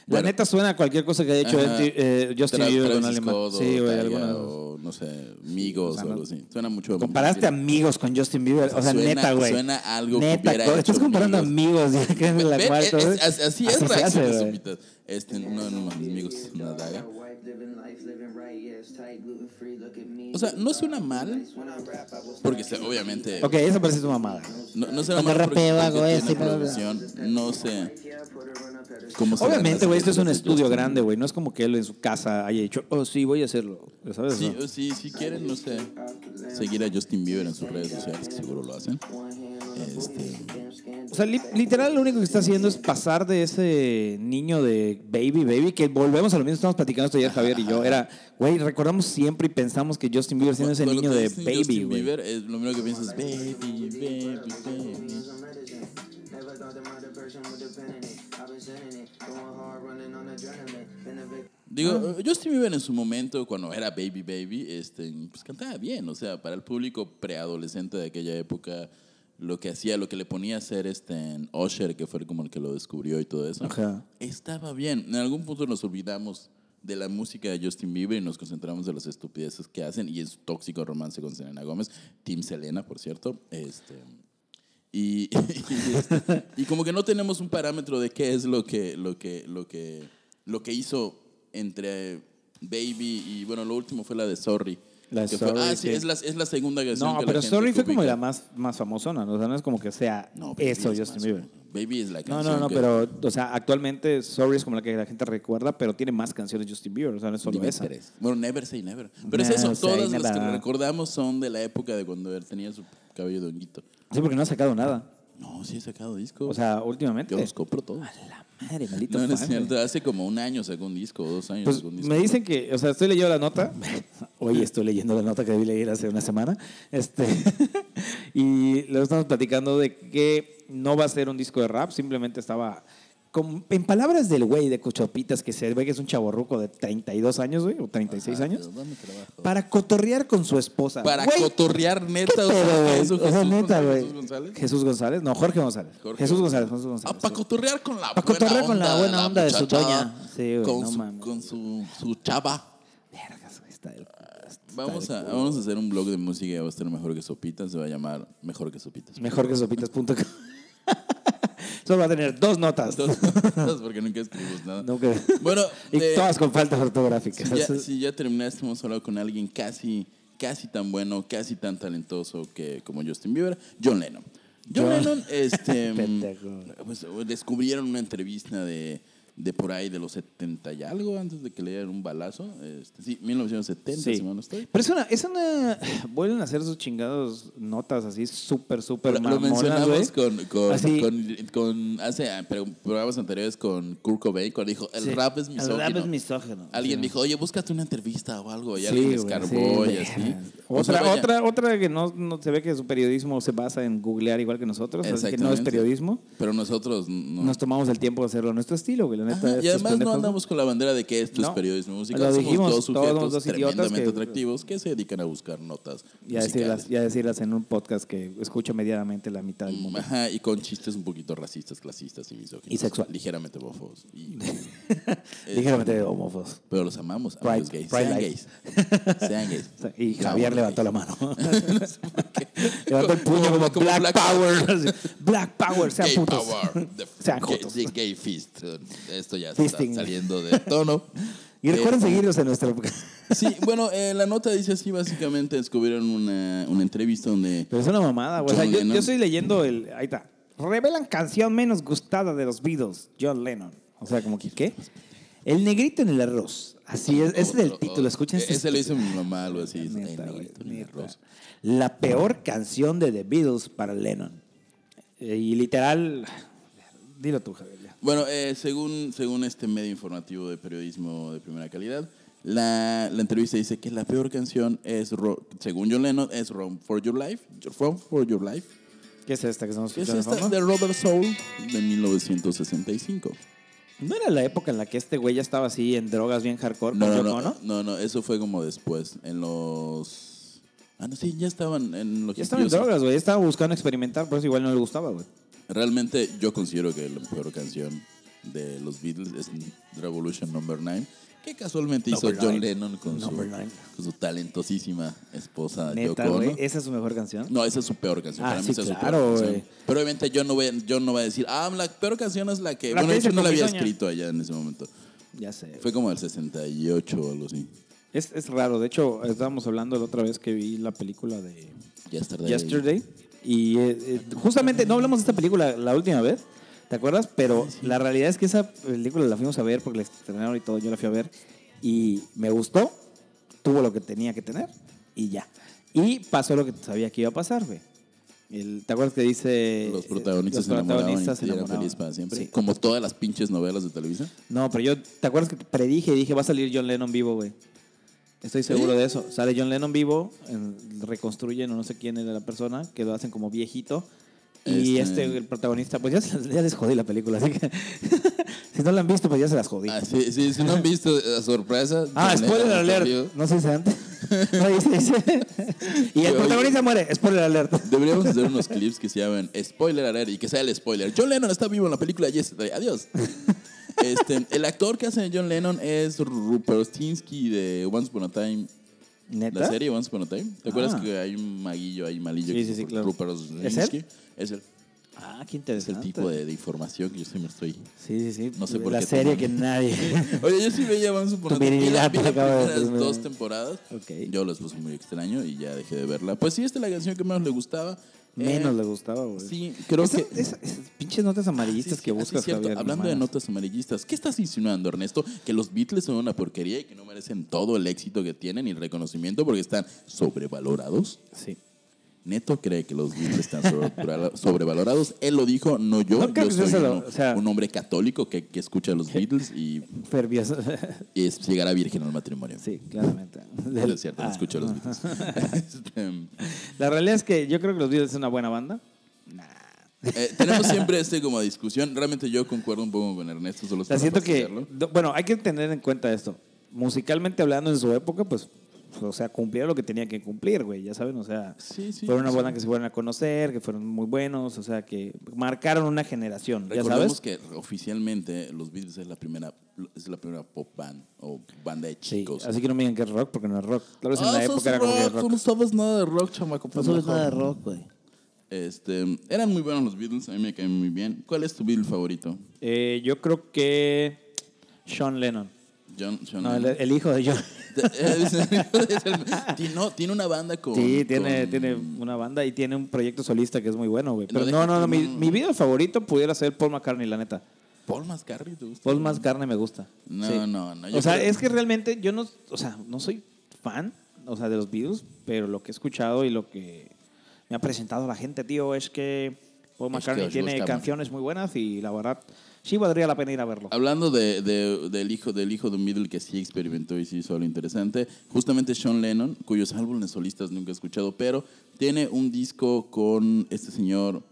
Speaker 2: La
Speaker 3: Bueno.
Speaker 2: neta suena a cualquier cosa que haya hecho
Speaker 3: Ajá.
Speaker 2: MTV, eh, Justin
Speaker 3: Tra-
Speaker 2: Bieber con
Speaker 3: Travis
Speaker 2: alguien más.
Speaker 3: Scott o
Speaker 2: Sí, güey,
Speaker 3: Taya
Speaker 2: alguna de esas.
Speaker 3: o, no sé, amigos
Speaker 2: O sea,
Speaker 3: o
Speaker 2: no-
Speaker 3: algo así. Suena mucho. a-
Speaker 2: Comparaste amigos con Justin Bieber. O sea,
Speaker 3: Suena-
Speaker 2: neta, güey.
Speaker 3: suena a algo que
Speaker 2: Neta,
Speaker 3: hubiera
Speaker 2: co- estás
Speaker 3: hecho
Speaker 2: comparando amigos. <laughs> ya que es la
Speaker 3: Ve,
Speaker 2: cuarta,
Speaker 3: es-
Speaker 2: güey.
Speaker 3: es- así es
Speaker 2: se hace,
Speaker 3: reacciones,
Speaker 2: güey.
Speaker 3: supitas. Este, no, no, mis amigos, es una daga.
Speaker 1: Wife living life, living right, yes, tight, gluten free, look at me.
Speaker 3: O sea, no suena mal,
Speaker 1: When I rap, I will
Speaker 3: porque se- obviamente...
Speaker 2: Ok, esa parece tu mamada.
Speaker 3: No, no suena
Speaker 4: Cuando
Speaker 3: mal porque,
Speaker 4: rapeo
Speaker 3: porque
Speaker 4: hago
Speaker 3: tiene
Speaker 4: esto y bla, bla, bla.
Speaker 3: producción, no sé
Speaker 1: yeah, put her on a pedestal.
Speaker 3: cómo se
Speaker 2: Obviamente,
Speaker 3: ven
Speaker 2: güey,
Speaker 3: las
Speaker 2: esto Pues es un
Speaker 3: letras de
Speaker 2: estudio
Speaker 3: Justin.
Speaker 2: grande, güey. No es como que él en su casa haya dicho, oh, sí, voy a hacerlo. ¿Sabes?
Speaker 3: Sí,
Speaker 2: no?
Speaker 3: o sí, si quieren, no sé, Eh, seguir a Justin Bieber en sus redes sociales, que seguro lo hacen. Este,
Speaker 2: O sea, li- literal lo único que está haciendo es pasar de ese niño de Baby Baby, que volvemos a lo mismo, estamos platicando esto ayer Javier y yo, era, güey, recordamos siempre y pensamos que Justin Bieber siendo ese
Speaker 3: Cuando
Speaker 2: niño
Speaker 3: te
Speaker 2: de
Speaker 3: dicen Justin
Speaker 2: Baby, güey.
Speaker 3: Bieber, es lo primero que piensas es baby, baby, baby.
Speaker 1: Never thought that my depression would depend on it. I've been sending it, going hard, running on adrenaline. Been a victim.
Speaker 2: Ah.
Speaker 3: Digo, eh, Justin Bieber en su momento, cuando era Baby Baby, este, pues cantaba bien. O sea, para el público preadolescente de aquella época, lo que hacía, lo que le ponía a hacer este, en Usher, que fue como el que lo descubrió y todo eso,
Speaker 2: Ajá.
Speaker 3: estaba bien. En algún punto nos olvidamos de la música de Justin Bieber y nos concentramos en las estupideces que hacen y en su tóxico romance con Selena Gómez, Team Selena, por cierto. Este, y, <laughs> y, este, y como que no tenemos un parámetro de qué es lo que, lo que, lo que, lo que hizo entre Baby y bueno, lo último fue la de Sorry.
Speaker 2: La de
Speaker 3: que fue-
Speaker 2: Sorry,
Speaker 3: ah, sí,
Speaker 2: sí.
Speaker 3: Es, la, es la segunda canción.
Speaker 2: No,
Speaker 3: que la
Speaker 2: pero
Speaker 3: gente
Speaker 2: Sorry fue
Speaker 3: ubica.
Speaker 2: como la más, más famosona, ¿no? O sea, no es como que sea
Speaker 3: No, Baby
Speaker 2: eso
Speaker 3: es
Speaker 2: Justin
Speaker 3: más-
Speaker 2: Bieber.
Speaker 3: Baby es la
Speaker 2: No,
Speaker 3: canción.
Speaker 2: no, no,
Speaker 3: que-
Speaker 2: pero, o sea, actualmente Sorry es como la que la gente recuerda, pero tiene más canciones Justin Bieber, o sea, no es solo
Speaker 3: Dime
Speaker 2: esa.
Speaker 3: tres. Bueno, Never Say Never. Pero
Speaker 2: Never
Speaker 3: es eso,
Speaker 2: Say
Speaker 3: todas las que
Speaker 2: Never.
Speaker 3: recordamos son de la época de cuando él tenía su cabello de honguito.
Speaker 2: Sí, porque no ha sacado nada.
Speaker 3: No, sí he sacado disco.
Speaker 2: O sea, últimamente.
Speaker 3: yo los compro todos.
Speaker 2: La madre, maldito
Speaker 3: No, no es
Speaker 2: fan, eh.
Speaker 3: cierto. Hace como un año sacó un disco, dos años
Speaker 2: Pues
Speaker 3: sacó un disco.
Speaker 2: me dicen que, o sea, estoy leyendo la <laughs> nota. Hoy estoy leyendo la nota que debí leer hace una semana. Este, <laughs> y lo estamos platicando de que no va a ser un disco de rap, simplemente estaba. con- en palabras del güey de Cuchopitas, que se ve que es un chaborruco de 32 años, güey, o 36 años,
Speaker 3: Dame trabajo.
Speaker 2: para cotorrear con su esposa.
Speaker 3: Para
Speaker 2: Güey,
Speaker 3: cotorrear
Speaker 2: ¿qué
Speaker 3: neta.
Speaker 2: pedo,
Speaker 3: o sea,
Speaker 2: güey?
Speaker 3: eso,
Speaker 2: O sea,
Speaker 3: Jesús
Speaker 2: neta,
Speaker 3: González,
Speaker 2: güey.
Speaker 3: Jesús González.
Speaker 2: Jesús González, no, Jorge González.
Speaker 3: Jorge
Speaker 2: Jesús
Speaker 3: González.
Speaker 2: Jesús González, Jesús
Speaker 3: Ah,
Speaker 2: González.
Speaker 3: para cotorrear con la
Speaker 2: Pa' cotorrear con la buena
Speaker 3: de
Speaker 2: onda de su
Speaker 3: muchachada,
Speaker 2: doña. Sí, güey,
Speaker 3: con
Speaker 2: no
Speaker 3: su,
Speaker 2: mames.
Speaker 3: con su, su chava.
Speaker 2: Vergas, güey, está del- está
Speaker 3: Vamos
Speaker 2: del
Speaker 3: a,
Speaker 2: culo.
Speaker 3: vamos a hacer un blog de música que va a estar mejor que Sopitas. Se va a llamar Mejor que Sopitas.
Speaker 2: Mejor que sopitas.com. <laughs> Solo va a tener dos notas. <laughs>
Speaker 3: Entonces, porque nunca escribimos nada.
Speaker 2: No, que-
Speaker 3: Bueno,
Speaker 2: <laughs> y
Speaker 3: eh,
Speaker 2: todas con faltas ortográficas.
Speaker 3: Si ya, si ya terminaste, hemos hablado con alguien casi, casi tan bueno, casi tan talentoso que como Justin Bieber, John Lennon. John,
Speaker 2: John-
Speaker 3: Lennon,
Speaker 2: <laughs>
Speaker 3: este,
Speaker 2: Pendejo.
Speaker 3: pues, descubrieron una entrevista de, de por ahí de los 70 y algo antes de que le dieran un balazo. Este, sí, 1970,
Speaker 2: Sí.
Speaker 3: si mal no estoy.
Speaker 2: Pero es una, es una. Vuelven a hacer sus chingados notas así súper, súper
Speaker 3: Lo, lo
Speaker 2: mamonas,
Speaker 3: mencionamos
Speaker 2: güey.
Speaker 3: con, con,
Speaker 2: Así.
Speaker 3: con- con- hace ah, pero programas anteriores con Kurt Cobain cuando dijo el
Speaker 2: Sí.
Speaker 3: rap es
Speaker 2: El
Speaker 3: misógino.
Speaker 2: rap es misógino.
Speaker 3: Alguien
Speaker 2: Sí.
Speaker 3: dijo, oye, búscate una entrevista o algo. Y
Speaker 2: Sí,
Speaker 3: alguien
Speaker 2: güey,
Speaker 3: escarbó
Speaker 2: sí,
Speaker 3: y así.
Speaker 2: vergas.
Speaker 3: O sea,
Speaker 2: Otra,
Speaker 3: vaya,
Speaker 2: otra, otra que no, no se ve que su periodismo se basa en googlear igual que nosotros, así que no es
Speaker 3: Exactamente.
Speaker 2: periodismo.
Speaker 3: Pero nosotros no.
Speaker 2: Nos tomamos el tiempo de hacerlo a nuestro estilo, güey. La neta,
Speaker 3: Ajá, y
Speaker 2: estos
Speaker 3: además no
Speaker 2: pendejos,
Speaker 3: andamos con la bandera de que esto es
Speaker 2: No.
Speaker 3: periodismo musical.
Speaker 2: Lo
Speaker 3: Somos
Speaker 2: dijimos, todos
Speaker 3: dos
Speaker 2: somos
Speaker 3: sujetos
Speaker 2: dos idiotas
Speaker 3: tremendamente
Speaker 2: que-
Speaker 3: atractivos que se dedican a buscar notas
Speaker 2: Y a
Speaker 3: musicales.
Speaker 2: decirlas, y a decirlas en un podcast que escucha medianamente la mitad del
Speaker 3: <laughs>
Speaker 2: mundo.
Speaker 3: Ajá, y con chistes un poquito racistas, clasistas y misóginos.
Speaker 2: Y sexual.
Speaker 3: Ligeramente bofos.
Speaker 2: <laughs>
Speaker 3: Y- <laughs> Eh,
Speaker 2: Ligeramente homófobos.
Speaker 3: pero los amamos,
Speaker 2: Pride-
Speaker 3: amigos gays.
Speaker 2: Pride
Speaker 3: Sean gays.
Speaker 2: life.
Speaker 3: Sean gays. <laughs>
Speaker 2: <laughs> Y Javier
Speaker 3: Vámonos,
Speaker 2: levantó
Speaker 3: gays.
Speaker 2: la <laughs>
Speaker 3: <laughs>
Speaker 2: mano. <laughs> levantó el puño como,
Speaker 3: Como
Speaker 2: Black,
Speaker 3: Black
Speaker 2: Power. Así, Black Power, <laughs> sean
Speaker 3: Gay
Speaker 2: putos. <laughs>
Speaker 3: Power. The,
Speaker 2: Sean
Speaker 3: gay,
Speaker 2: jotos.
Speaker 3: the gay fist. Esto ya se está
Speaker 2: Fisting.
Speaker 3: saliendo
Speaker 2: <laughs>
Speaker 3: de tono.
Speaker 2: Y recuerden
Speaker 3: Eh,
Speaker 2: seguirnos en <laughs> nuestra...
Speaker 3: Sí, bueno, eh, la nota dice así, básicamente descubrieron una, una entrevista donde...
Speaker 2: Pero es una mamada, güey. O sea,
Speaker 3: John
Speaker 2: yo,
Speaker 3: Lennon.
Speaker 2: yo estoy leyendo el... Ahí está. Revelan canción menos gustada de los Beatles, John Lennon. O sea, como que, ¿qué? El negrito en el arroz. Así es, ese es el
Speaker 3: o-
Speaker 2: título,
Speaker 3: o-
Speaker 2: escuchen.
Speaker 3: eh,
Speaker 2: este
Speaker 3: Ese lo hizo mi mamá, algo así.
Speaker 2: Neta,
Speaker 3: "Ay,
Speaker 2: güey,
Speaker 3: negrito, ni
Speaker 2: neta.
Speaker 3: arroz".
Speaker 2: La peor canción de The Beatles para Lennon. Eh, Y literal, dilo tú, Javier. ya.
Speaker 3: Bueno, eh, según, según este medio informativo de periodismo de primera calidad, la, la entrevista dice que la peor canción es, Ro- según John Lennon, es Run for Your Life. Run for Your Life.
Speaker 2: ¿Qué es esta que estamos
Speaker 3: que Es
Speaker 2: escuchando? de
Speaker 3: esta
Speaker 2: fondo?
Speaker 3: de Robert Soul de 1965.
Speaker 2: ¿No era la época en la que este güey ya estaba así en drogas bien hardcore?
Speaker 3: No,
Speaker 2: con
Speaker 3: no,
Speaker 2: Yoko
Speaker 3: no,
Speaker 2: Ono?
Speaker 3: no, no, eso fue como después, en los... Ah, no, sí, ya estaban en los
Speaker 2: Ya estaba en
Speaker 3: hipiosos.
Speaker 2: drogas, güey. Estaba buscando experimentar, por eso igual no le gustaba, güey.
Speaker 3: Realmente yo considero que la peor canción de los Beatles es Revolution Number 9, que casualmente hizo
Speaker 2: Number
Speaker 3: John
Speaker 2: Nine.
Speaker 3: Lennon con su,
Speaker 2: Number Nine.
Speaker 3: con su talentosísima esposa
Speaker 2: Neta,
Speaker 3: Yoko Ono.
Speaker 2: güey. Esa es su mejor canción.
Speaker 3: No, esa es su peor canción.
Speaker 2: Ah,
Speaker 3: Para mí
Speaker 2: sí,
Speaker 3: esa es su
Speaker 2: claro,
Speaker 3: peor canción.
Speaker 2: güey.
Speaker 3: Pero obviamente yo no, voy, a- yo no voy a decir, ah, la peor canción es la que...
Speaker 2: La
Speaker 3: bueno,
Speaker 2: que
Speaker 3: de hecho
Speaker 2: hice
Speaker 3: no la
Speaker 2: con mi
Speaker 3: había
Speaker 2: doña.
Speaker 3: escrito allá en ese momento.
Speaker 2: Ya sé.
Speaker 3: Fue como el 68 o algo así.
Speaker 2: Es, es raro. De hecho, estábamos hablando la otra vez que vi la película de
Speaker 3: Yesterday.
Speaker 2: Yesterday. Y eh, eh, justamente no hablamos de esta película la última vez, ¿te acuerdas? Pero la realidad es que esa película la fuimos a ver porque la estrenaron y todo, yo la fui a ver y me gustó, tuvo lo que tenía que tener y ya. Y pasó lo que sabía que iba a pasar, güey. El- ¿Te acuerdas que dice.
Speaker 3: Los
Speaker 2: eh,
Speaker 3: protagonistas,
Speaker 2: los protagonistas
Speaker 3: se enamoraban y eran
Speaker 2: enamoraban?
Speaker 3: felices para siempre.
Speaker 2: Sí.
Speaker 3: Como todas las pinches novelas de Televisa.
Speaker 2: No, pero yo, ¿te acuerdas que predije? Dije, va a salir John Lennon vivo, güey. Estoy seguro de eso. Sale John Lennon vivo, en- reconstruyen o no sé quién era la persona, que lo hacen como viejito. Y
Speaker 3: Este-
Speaker 2: este, el protagonista, pues ya, se las- ya les jodí la película, así que <laughs> si no la han visto, pues ya se las jodí.
Speaker 3: Ah, sí, sí, si no han visto eh, sorpresa.
Speaker 2: Ah, spoiler alert. No se dice antes. <laughs> No dice,
Speaker 3: <laughs>
Speaker 2: dice. Y el
Speaker 3: Oye.
Speaker 2: protagonista muere. Spoiler alert.
Speaker 3: Deberíamos hacer unos clips que se llaman Spoiler Alert y que sea el spoiler. John Lennon está vivo en la película Yesterday. Adiós. Este, el actor que hace de John Lennon es Ruperstinsky de Once Upon a Time.
Speaker 2: ¿Neta?
Speaker 3: La serie Once Upon a Time. ¿Te acuerdas
Speaker 2: Ah.
Speaker 3: que hay un maguillo ahí malillo?
Speaker 2: Sí,
Speaker 3: que
Speaker 2: sí,
Speaker 3: es
Speaker 2: sí, claro.
Speaker 3: Ruperstinsky?
Speaker 2: ¿Es él?
Speaker 3: Es el,
Speaker 2: Ah, qué
Speaker 3: es el
Speaker 2: interesante.
Speaker 3: tipo de, de información que yo siempre estoy.
Speaker 2: Sí, sí, sí.
Speaker 3: No sé por
Speaker 2: la
Speaker 3: qué Eh,
Speaker 2: serie
Speaker 3: toman. <laughs>
Speaker 2: que nadie.
Speaker 3: Oye, yo sí veía Once Upon a
Speaker 2: Tu
Speaker 3: Time. Vi la-
Speaker 2: virilidad
Speaker 3: vi las
Speaker 2: acaba de
Speaker 3: primeras
Speaker 2: desnudar.
Speaker 3: dos temporadas.
Speaker 2: Ok.
Speaker 3: Yo las puse muy extraño y ya dejé de verla. Pues sí, esta es la canción que menos le gustaba. Eh,
Speaker 2: Menos le gustaba, güey.
Speaker 3: Sí, creo
Speaker 2: Esa-
Speaker 3: que.
Speaker 2: esa- esas pinches notas amarillistas
Speaker 3: Sí,
Speaker 2: que
Speaker 3: sí, ah, sí,
Speaker 2: buscas,
Speaker 3: cierto.
Speaker 2: Javier,
Speaker 3: Hablando de
Speaker 2: malas.
Speaker 3: notas amarillistas, ¿qué estás insinuando, Ernesto? Que los Beatles son una porquería y que no merecen todo el éxito que tienen y el reconocimiento porque están sobrevalorados.
Speaker 2: Sí.
Speaker 3: Neto cree que los Beatles están sobrevalora- <laughs> sobrevalorados. Él lo dijo, no yo.
Speaker 2: No creo
Speaker 3: yo
Speaker 2: que
Speaker 3: soy
Speaker 2: sea
Speaker 3: un,
Speaker 2: lo- o sea-
Speaker 3: un hombre católico que, que escucha a los Beatles y,
Speaker 2: Fervioso.
Speaker 3: y es- llegará virgen al matrimonio.
Speaker 2: <laughs> sí, claramente.
Speaker 3: No es cierto, no
Speaker 2: Ah,
Speaker 3: escucho a los Beatles. <laughs> Este,
Speaker 2: La realidad es que yo creo que los Beatles es una buena banda.
Speaker 3: eh, tenemos siempre este como discusión. Realmente yo concuerdo un poco con Ernesto. Solo
Speaker 2: O sea,
Speaker 3: estaba
Speaker 2: siento
Speaker 3: para
Speaker 2: que.
Speaker 3: hacerlo.
Speaker 2: do- Bueno, hay que tener en cuenta esto. Musicalmente hablando, en su época, pues. O sea, cumplieron lo que tenía que cumplir, güey. Ya saben, o sea.
Speaker 3: Sí, sí,
Speaker 2: fueron una
Speaker 3: sí.
Speaker 2: banda que se fueron a conocer, que fueron muy buenos, o sea, que marcaron una generación, ya
Speaker 3: Recordemos
Speaker 2: sabes.
Speaker 3: que oficialmente los Beatles es la primera es la primera pop band o banda de
Speaker 2: Sí,
Speaker 3: chicos.
Speaker 2: así que no me digan que es rock, porque no es rock. Tal vez en
Speaker 3: Ah,
Speaker 2: la
Speaker 3: sos
Speaker 2: época era como que
Speaker 3: rock,
Speaker 2: rock.
Speaker 3: Tú no sabes nada de rock, chamaco.
Speaker 4: Pues No sabes
Speaker 3: pendejo.
Speaker 4: nada de rock, güey.
Speaker 3: Este, eran muy buenos los Beatles, a mí me caen muy bien. ¿Cuál es tu Beatle favorito?
Speaker 2: Eh, yo creo que Sean Lennon.
Speaker 3: John, John
Speaker 2: No, el,
Speaker 3: <laughs> Lennon.
Speaker 2: el hijo de John.
Speaker 3: <laughs> Es el- tiene, no, tiene una banda con
Speaker 2: Sí, tiene,
Speaker 3: con-
Speaker 2: tiene una banda y tiene un proyecto solista que es muy bueno, güey.
Speaker 3: No,
Speaker 2: Pero
Speaker 3: deja
Speaker 2: no, no, no,
Speaker 3: tú,
Speaker 2: mi,
Speaker 3: no.
Speaker 2: mi video favorito pudiera ser Paul McCartney, la neta.
Speaker 3: Paul McCartney, ¿te gusta?
Speaker 2: Paul McCartney me gusta.
Speaker 3: No,
Speaker 2: Sí.
Speaker 3: no, no. yo
Speaker 2: O sea,
Speaker 3: creo-
Speaker 2: es que realmente yo no, o sea, no soy fan, o sea, de los Beatles, pero lo que he escuchado y lo que me ha presentado la gente, tío, es que Paul
Speaker 3: Es que
Speaker 2: McCartney
Speaker 3: os
Speaker 2: tiene
Speaker 3: gusta
Speaker 2: canciones muy buenas y la verdad sí valdría la pena ir a verlo.
Speaker 3: Hablando de, de- del hijo del hijo de un Middle que sí experimentó y sí hizo algo interesante, justamente Sean Lennon, cuyos álbumes solistas nunca he escuchado, pero tiene un disco con este señor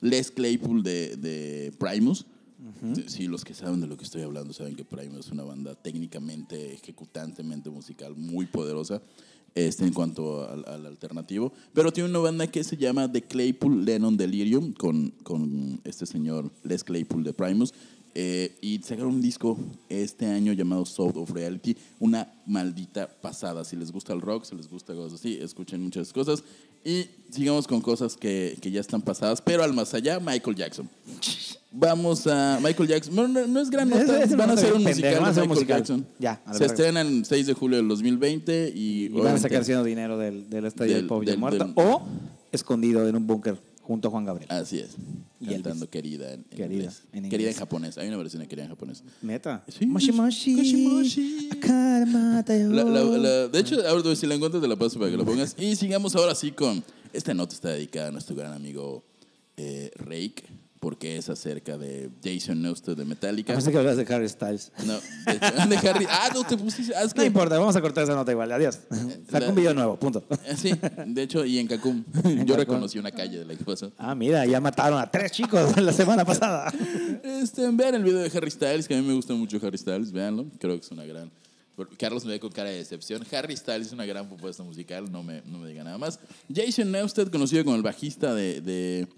Speaker 3: Les Claypool de, de Primus. Sí, los que saben de lo que estoy hablando saben que Primus es una banda técnicamente, ejecutantemente musical muy poderosa este, en cuanto al, al alternativo. Pero tiene una banda que se llama The Claypool Lennon Delirium con, con este señor Les Claypool de Primus. Eh, y sacaron un disco este año llamado Soul of Reality, una maldita pasada. Si les gusta el rock, si les gusta cosas así, escuchen muchas cosas. Y sigamos con cosas que, que ya están pasadas, pero al más allá, Michael Jackson. Vamos a Michael Jackson. Bueno, no, no es
Speaker 2: <laughs>
Speaker 3: gran
Speaker 2: Es-
Speaker 3: nota,
Speaker 2: es una
Speaker 3: van a
Speaker 2: nota bien
Speaker 3: hacer un
Speaker 2: pendeja,
Speaker 3: musical
Speaker 2: van a
Speaker 3: de
Speaker 2: hacer un
Speaker 3: Michael
Speaker 2: musical.
Speaker 3: Jackson.
Speaker 2: Ya, a la
Speaker 3: Se
Speaker 2: verga.
Speaker 3: estrenan el 6 de julio del 2020 y,
Speaker 2: Y van a sacar
Speaker 3: obviamente-
Speaker 2: siendo dinero del, del estadio
Speaker 3: Del-
Speaker 2: del, Pop
Speaker 3: del-
Speaker 2: ya muerto
Speaker 3: del-
Speaker 2: o escondido en un búnker junto a Juan Gabriel.
Speaker 3: Así es.
Speaker 2: Y
Speaker 3: cantando
Speaker 2: Elvis.
Speaker 3: querida en, en
Speaker 2: Querida,
Speaker 3: inglés.
Speaker 2: en inglés.
Speaker 3: Querida en japonés. Hay una versión de querida en japonés.
Speaker 2: Neta.
Speaker 3: Sí.
Speaker 2: Moshi
Speaker 3: Moshi moshi.
Speaker 2: moshi. Akarmata yo.
Speaker 3: La- la- la- de hecho, ahora si la encuentras te la paso para que la pongas. Y sigamos ahora sí con... Esta nota está dedicada a nuestro gran amigo eh, Rake, porque es acerca de Jason Newsted de Metallica.
Speaker 2: Pensé que hablas de Harry Styles.
Speaker 3: No, <laughs> de, de Harry. Ah, no te pusiste. Ah, es que-
Speaker 2: No importa, vamos a cortar esa nota igual. Adiós. Saca
Speaker 3: la-
Speaker 2: un video nuevo, punto.
Speaker 3: Eh, Sí, de hecho, y
Speaker 2: <laughs>
Speaker 3: en Cancún. Yo
Speaker 2: Cancún.
Speaker 3: reconocí una calle de la que pasó.
Speaker 2: Ah, mira, ya mataron a tres chicos <laughs> la semana pasada.
Speaker 3: Este, vean el video de Harry Styles, que a mí me gusta mucho Harry Styles, véanlo. Creo que es una gran. Carlos me ve con cara de decepción. Harry Styles es una gran propuesta musical, no me, no me diga nada más. Jason Newsted, conocido como el bajista de, de,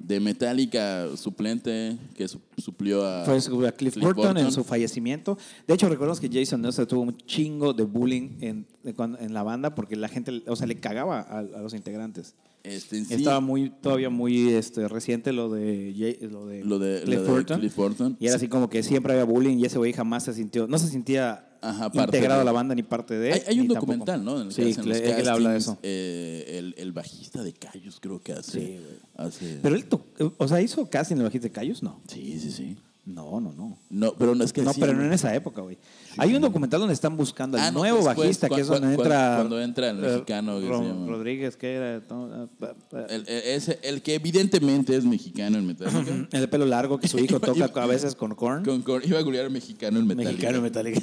Speaker 3: de Metallica suplente, que su- suplió a.
Speaker 2: Fue su- a Cliff,
Speaker 3: Ah, Cliff
Speaker 2: Burton,
Speaker 3: Burton.
Speaker 2: en su fallecimiento. De hecho, recordemos que Jason Nelson tuvo un chingo de bullying en, de cuando- en la banda porque la gente, o sea, le cagaba a, a los integrantes.
Speaker 3: Este, en sí,
Speaker 2: Estaba muy, todavía muy este, reciente lo de, Jay- lo de,
Speaker 3: Lo de-
Speaker 2: Cliff,
Speaker 3: lo de
Speaker 2: Burton,
Speaker 3: Cliff Burton.
Speaker 2: Y era así como que siempre había bullying y ese güey jamás se sintió, no se sentía
Speaker 3: Ajá, parte
Speaker 2: integrado
Speaker 3: de-
Speaker 2: a la banda ni parte de
Speaker 3: Hay, hay un
Speaker 2: ni tampoco.
Speaker 3: documental, ¿no? En el que
Speaker 2: sí,
Speaker 3: hacen los
Speaker 2: él- él habla de eso.
Speaker 3: castings, eh, el, el bajista de Cayus creo que hace.
Speaker 2: Sí, güey.
Speaker 3: hace-
Speaker 2: Pero él, to- o sea, hizo casi en el bajista de Cayus, no.
Speaker 3: Sí, sí, sí.
Speaker 2: No. Morricón o no.
Speaker 3: No, pero no es que
Speaker 2: No,
Speaker 3: sí,
Speaker 2: pero no en esa época, güey. Hay un documental donde están buscando al
Speaker 3: Ah, no,
Speaker 2: nuevo
Speaker 3: después,
Speaker 2: bajista,
Speaker 3: cua-
Speaker 2: que es
Speaker 3: cua-
Speaker 2: donde
Speaker 3: cua-
Speaker 2: entra.
Speaker 3: cuando entra el
Speaker 2: eh,
Speaker 3: mexicano, que se
Speaker 2: Ro-
Speaker 3: llama.
Speaker 2: Rodríguez, que era.
Speaker 3: <laughs>
Speaker 2: No, ah, ah,
Speaker 3: El, el- ese- el que evidentemente es mexicano en Metallica.
Speaker 2: El de pelo largo que su
Speaker 3: <laughs>
Speaker 2: hijo toca a veces con Korn.
Speaker 3: Con- con- iba a googlear mexicano en Metallica.
Speaker 2: Mexicano Metallica.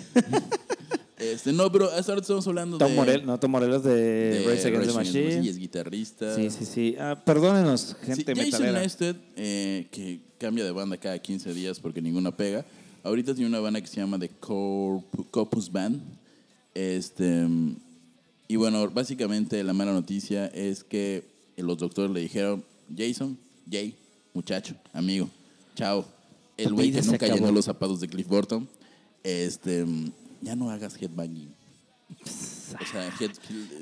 Speaker 3: Este, no, pero hasta ahora estamos hablando
Speaker 2: Tom
Speaker 3: de...
Speaker 2: Morel, no, Tom Morelos de,
Speaker 3: de
Speaker 2: Race Against the
Speaker 3: Rage the
Speaker 2: Machine.
Speaker 3: Y es guitarrista.
Speaker 2: Sí, sí, sí. Ah, perdónenos,
Speaker 3: Sí,
Speaker 2: gente
Speaker 3: Jason
Speaker 2: metalera.
Speaker 3: Nested, eh, que cambia de banda cada 15 días porque ninguna pega. Ahorita tiene una banda que se llama The Corp- Corpus Band. Este, y bueno, básicamente la mala noticia es que los doctores le dijeron, Jason, Jay, muchacho, amigo, chao. El
Speaker 2: Tu
Speaker 3: güey
Speaker 2: vida
Speaker 3: que
Speaker 2: se
Speaker 3: nunca
Speaker 2: acabó.
Speaker 3: llenó los zapatos de Cliff Burton. Este, ya no hagas headbanging. O sea, head-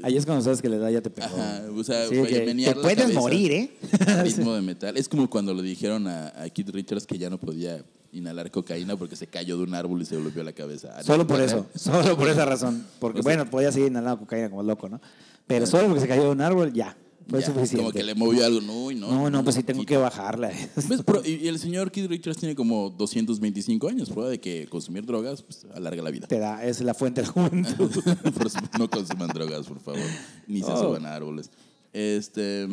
Speaker 2: Ahí es cuando sabes que la edad ya te pegó.
Speaker 3: Ajá, o sea,
Speaker 2: Sí,
Speaker 3: fue
Speaker 2: que
Speaker 3: menear
Speaker 4: te
Speaker 3: la
Speaker 4: puedes
Speaker 3: cabeza
Speaker 4: morir, ¿eh?
Speaker 2: <laughs>
Speaker 3: al ritmo de metal. Es como cuando le dijeron a, a Keith Richards que ya no podía inhalar cocaína porque se cayó de un árbol y se golpeó la cabeza. Ah,
Speaker 2: Solo
Speaker 3: no,
Speaker 2: por
Speaker 3: ¿verdad?
Speaker 2: eso, <laughs> solo por esa razón. Porque,
Speaker 3: O sea-
Speaker 2: bueno, podía seguir inhalando cocaína como loco, ¿no? Pero solo porque se cayó de un árbol, ya. Fue
Speaker 3: Ya,
Speaker 2: suficiente.
Speaker 3: Como que le movió algo. No, y no,
Speaker 2: No, no, pues sí tengo
Speaker 3: Keith-
Speaker 2: que bajarla. <laughs>
Speaker 3: Pues, pero- y, y el señor Keith Richards tiene como 225 años. Prueba de que consumir drogas pues, alarga la vida.
Speaker 2: Te da, es la fuente de la juventud.
Speaker 3: <laughs> Por su- no consuman drogas, por favor. Ni se
Speaker 2: Oh.
Speaker 3: suban a árboles. Este,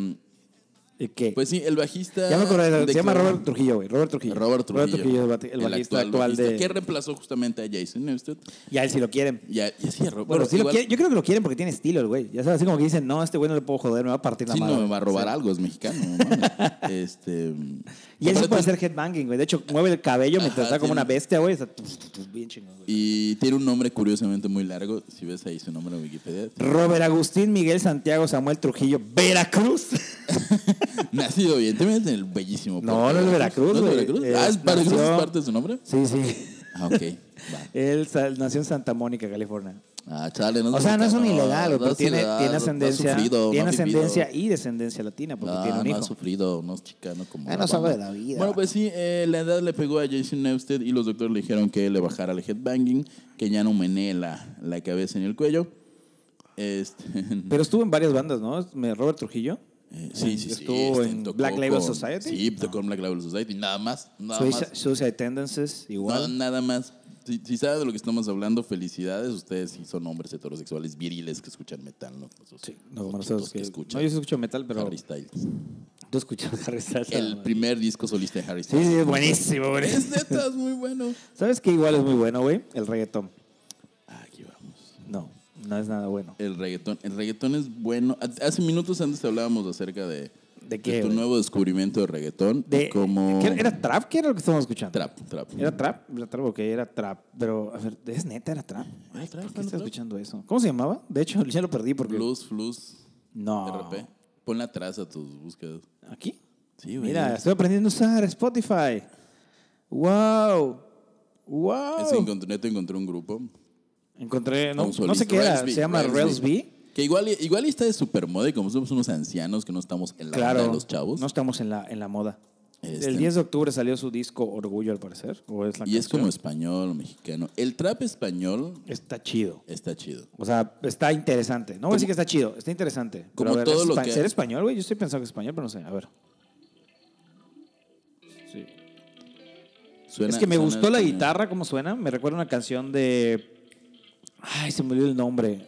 Speaker 2: ¿Y qué?
Speaker 3: pues sí, el bajista.
Speaker 2: ya me acordé, se
Speaker 3: declaró-
Speaker 2: llama Robert Trujillo, güey. Robert Trujillo.
Speaker 3: Robert Trujillo.
Speaker 2: el bati- el bajista actual,
Speaker 3: bajista,
Speaker 2: de.
Speaker 3: Que reemplazó justamente a Jason Newsted.
Speaker 2: Ya él sí lo quieren.
Speaker 3: Y, a- y así a Robert.
Speaker 2: Bueno, sí lo
Speaker 3: igual-
Speaker 2: quieren- yo creo que lo quieren porque tiene estilo el güey. Ya sabes, así como que dicen, no, este güey no le puedo joder, me va a partir la
Speaker 3: Sí,
Speaker 2: madre.
Speaker 3: no me va a robar
Speaker 2: Sí.
Speaker 3: algo, es mexicano. no mames.
Speaker 2: <laughs>
Speaker 3: este,
Speaker 2: Y él sí
Speaker 3: aparte-
Speaker 2: puede hacer headbanging, güey. De hecho, mueve el cabello mientras
Speaker 3: Ajá,
Speaker 2: está como
Speaker 3: tiene-
Speaker 2: una bestia, güey. Está bien chingón, güey.
Speaker 3: Y tiene un nombre curiosamente muy largo. Si ves ahí su nombre en Wikipedia. <laughs>
Speaker 2: Robert Agustín Miguel Santiago Samuel Trujillo,
Speaker 3: <laughs>
Speaker 2: Veracruz.
Speaker 3: Nacido, evidentemente, en el bellísimo.
Speaker 2: No,
Speaker 3: puerto
Speaker 2: no es
Speaker 3: de
Speaker 2: Veracruz,
Speaker 3: ¿No es
Speaker 2: güey.
Speaker 3: Veracruz?
Speaker 2: Eh,
Speaker 3: ah, ¿es Veracruz
Speaker 2: nació-
Speaker 3: es parte de su nombre?
Speaker 2: Sí, sí.
Speaker 3: Ah, ok. Va.
Speaker 2: Él sal- nació en Santa Mónica, California.
Speaker 3: Ah, chale, no
Speaker 2: O sea, no es un
Speaker 3: mexicano,
Speaker 2: ilegal, güey,
Speaker 3: no
Speaker 2: pero
Speaker 3: es
Speaker 2: tiene,
Speaker 3: ilegal,
Speaker 2: tiene
Speaker 3: no ha
Speaker 2: ascendencia,
Speaker 3: sufrido, no ha
Speaker 2: tiene
Speaker 3: vivido.
Speaker 2: ascendencia y descendencia latina porque
Speaker 3: Ah,
Speaker 2: tiene un
Speaker 3: no ha
Speaker 2: hijo.
Speaker 3: sufrido, no es chicano como.
Speaker 4: Ah,
Speaker 3: la
Speaker 4: no sabe
Speaker 3: banda.
Speaker 4: de la vida.
Speaker 3: Bueno, pues sí, eh, la edad le pegó a Jason Newsted y los doctores le dijeron que le bajara el headbanging, que ya no menee la, la cabeza en el cuello. Este, <laughs>
Speaker 2: Pero estuvo en varias bandas, ¿no? Me- Robert Trujillo.
Speaker 3: eh, sí, sí, sí.
Speaker 2: Estuvo
Speaker 3: este,
Speaker 2: en
Speaker 3: tocó
Speaker 2: Black Label
Speaker 3: con-
Speaker 2: Society.
Speaker 3: Sí, tocó en Black Label Society, nada más. Nada
Speaker 2: Suicide,
Speaker 3: más.
Speaker 2: Suicide Tendencies,
Speaker 3: No,
Speaker 2: igual.
Speaker 3: nada más. Si, si saben de lo que estamos hablando, felicidades. Ustedes sí son hombres heterosexuales viriles que escuchan metal, ¿no? Esos
Speaker 2: Sí, no,
Speaker 3: jotos
Speaker 2: bueno, sabes que-
Speaker 3: escuchan
Speaker 2: no, yo sí escucho metal, pero
Speaker 3: Harry Styles.
Speaker 2: tú escuchas Harry Styles. Ah,
Speaker 3: El primer disco solista de Harry
Speaker 2: Sí,
Speaker 3: Styles.
Speaker 2: sí, es buenísimo,
Speaker 3: <laughs>
Speaker 2: güey.
Speaker 3: Es neta, es muy bueno.
Speaker 2: ¿Sabes qué igual es muy bueno, güey? El reggaetón.
Speaker 3: Aquí vamos.
Speaker 2: No, no es nada bueno.
Speaker 3: El reggaetón. El reggaetón es bueno. Hace minutos antes hablábamos acerca de,
Speaker 2: ¿De qué,
Speaker 3: tu
Speaker 2: güey?
Speaker 3: nuevo descubrimiento de reggaetón.
Speaker 2: De,
Speaker 3: como
Speaker 2: ¿qué era? ¿Era trap? ¿Qué era lo que estábamos escuchando?
Speaker 3: trap, trap.
Speaker 2: ¿Era trap? ¿Era trap? Ok, era trap. Pero, a ver, ¿es neta? ¿Era trap?
Speaker 3: Ah, Era
Speaker 2: Ay,
Speaker 3: trap,
Speaker 2: ¿Por qué
Speaker 3: era
Speaker 2: estás
Speaker 3: trap.
Speaker 2: escuchando eso? ¿Cómo se llamaba? De hecho, <laughs> ya lo perdí porque...
Speaker 3: Blues, flus,
Speaker 2: No.
Speaker 3: RP. Ponle atrás a tus búsquedas.
Speaker 2: ¿Aquí?
Speaker 3: Sí, güey.
Speaker 2: Mira, estoy aprendiendo a usar Spotify. ¡Wow! ¡Wow!
Speaker 3: Ese encontré, neto encontré un grupo.
Speaker 2: Encontré,
Speaker 3: a
Speaker 2: no,
Speaker 3: un
Speaker 2: no
Speaker 3: solista.
Speaker 2: sé qué era,
Speaker 3: Rails B,
Speaker 2: se llama Rails B.
Speaker 3: Que igual, igual está de supermoda y como somos unos ancianos que no estamos en la onda
Speaker 2: Claro,
Speaker 3: de los chavos.
Speaker 2: no estamos en la, en la moda.
Speaker 3: Este.
Speaker 2: El 10 de octubre salió su disco Orgullo, al parecer. o es la
Speaker 3: y es
Speaker 2: canción.
Speaker 3: como español, mexicano. El trap español
Speaker 2: Está chido.
Speaker 3: está chido.
Speaker 2: O sea, está interesante. No voy a decir que está chido, está interesante. Pero
Speaker 3: Como
Speaker 2: a ver,
Speaker 3: todo
Speaker 2: ¿es
Speaker 3: lo
Speaker 2: espa-
Speaker 3: que-
Speaker 2: ¿Ser español, güey? Yo estoy pensando que es español, pero no sé. A ver.
Speaker 3: Suena-
Speaker 2: es que me
Speaker 3: suena
Speaker 2: gustó la
Speaker 3: español.
Speaker 2: guitarra, como suena. Me recuerda una canción de. Ay, se me olvidó el nombre.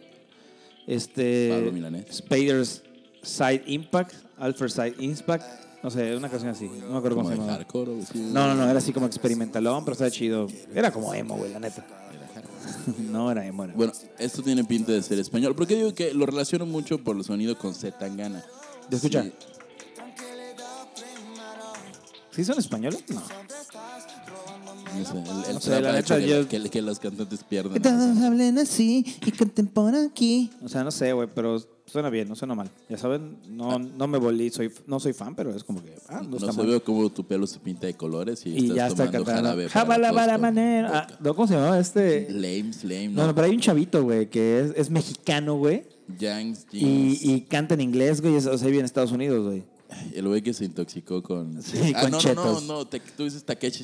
Speaker 2: Este.
Speaker 3: Pablo Milanés.
Speaker 2: Spaders Side Impact, Alfred Side Impact. No sé, una canción así. No me acuerdo cómo
Speaker 3: Como
Speaker 2: se
Speaker 3: de
Speaker 2: llama.
Speaker 3: hardcore. o así.
Speaker 2: No, no, no, era así como experimentalón, pero estaba chido. Era como emo, güey, la neta. No era emo, era.
Speaker 3: Bueno, esto tiene pinta de ser español. Porque digo que lo relaciono mucho por el sonido con Z Tangana.
Speaker 2: ¿Te escucha?
Speaker 3: Sí.
Speaker 2: ¿Sí son españoles? No.
Speaker 3: No sé, el, el
Speaker 2: No sé,
Speaker 3: trap
Speaker 2: la
Speaker 3: ha hecho
Speaker 2: neta,
Speaker 3: que,
Speaker 2: yo-
Speaker 3: que- que los cantantes pierdan.
Speaker 4: Que todos hablen así y canten por aquí.
Speaker 2: O sea, no sé, güey, pero suena bien, no suena mal. Ya saben, no, no me volí, soy, no soy fan, pero es como que, ah, no,
Speaker 3: No,
Speaker 2: está
Speaker 3: se
Speaker 2: mal.
Speaker 3: veo cómo tu pelo se pinta de colores y,
Speaker 2: y
Speaker 3: estás
Speaker 2: ya está
Speaker 3: tomando
Speaker 2: cantando.
Speaker 3: jarabe para
Speaker 2: Jabala
Speaker 3: tos
Speaker 2: para
Speaker 3: con
Speaker 2: manera.
Speaker 3: coca.
Speaker 2: Ah, ¿no? ¿Cómo se llamaba este?
Speaker 3: Lame, slame,
Speaker 2: No,
Speaker 3: ¿no?
Speaker 2: no, pero hay un chavito, güey, que es, es mexicano, güey,
Speaker 3: Yanks, jeans.
Speaker 2: y, y canta en inglés, güey, y es- o sea, vive en Estados Unidos, güey.
Speaker 3: El güey que se intoxicó con.
Speaker 4: Sí,
Speaker 3: ah,
Speaker 4: con
Speaker 3: no, no, no,
Speaker 4: chetos.
Speaker 3: no, te- tú dices Takeshi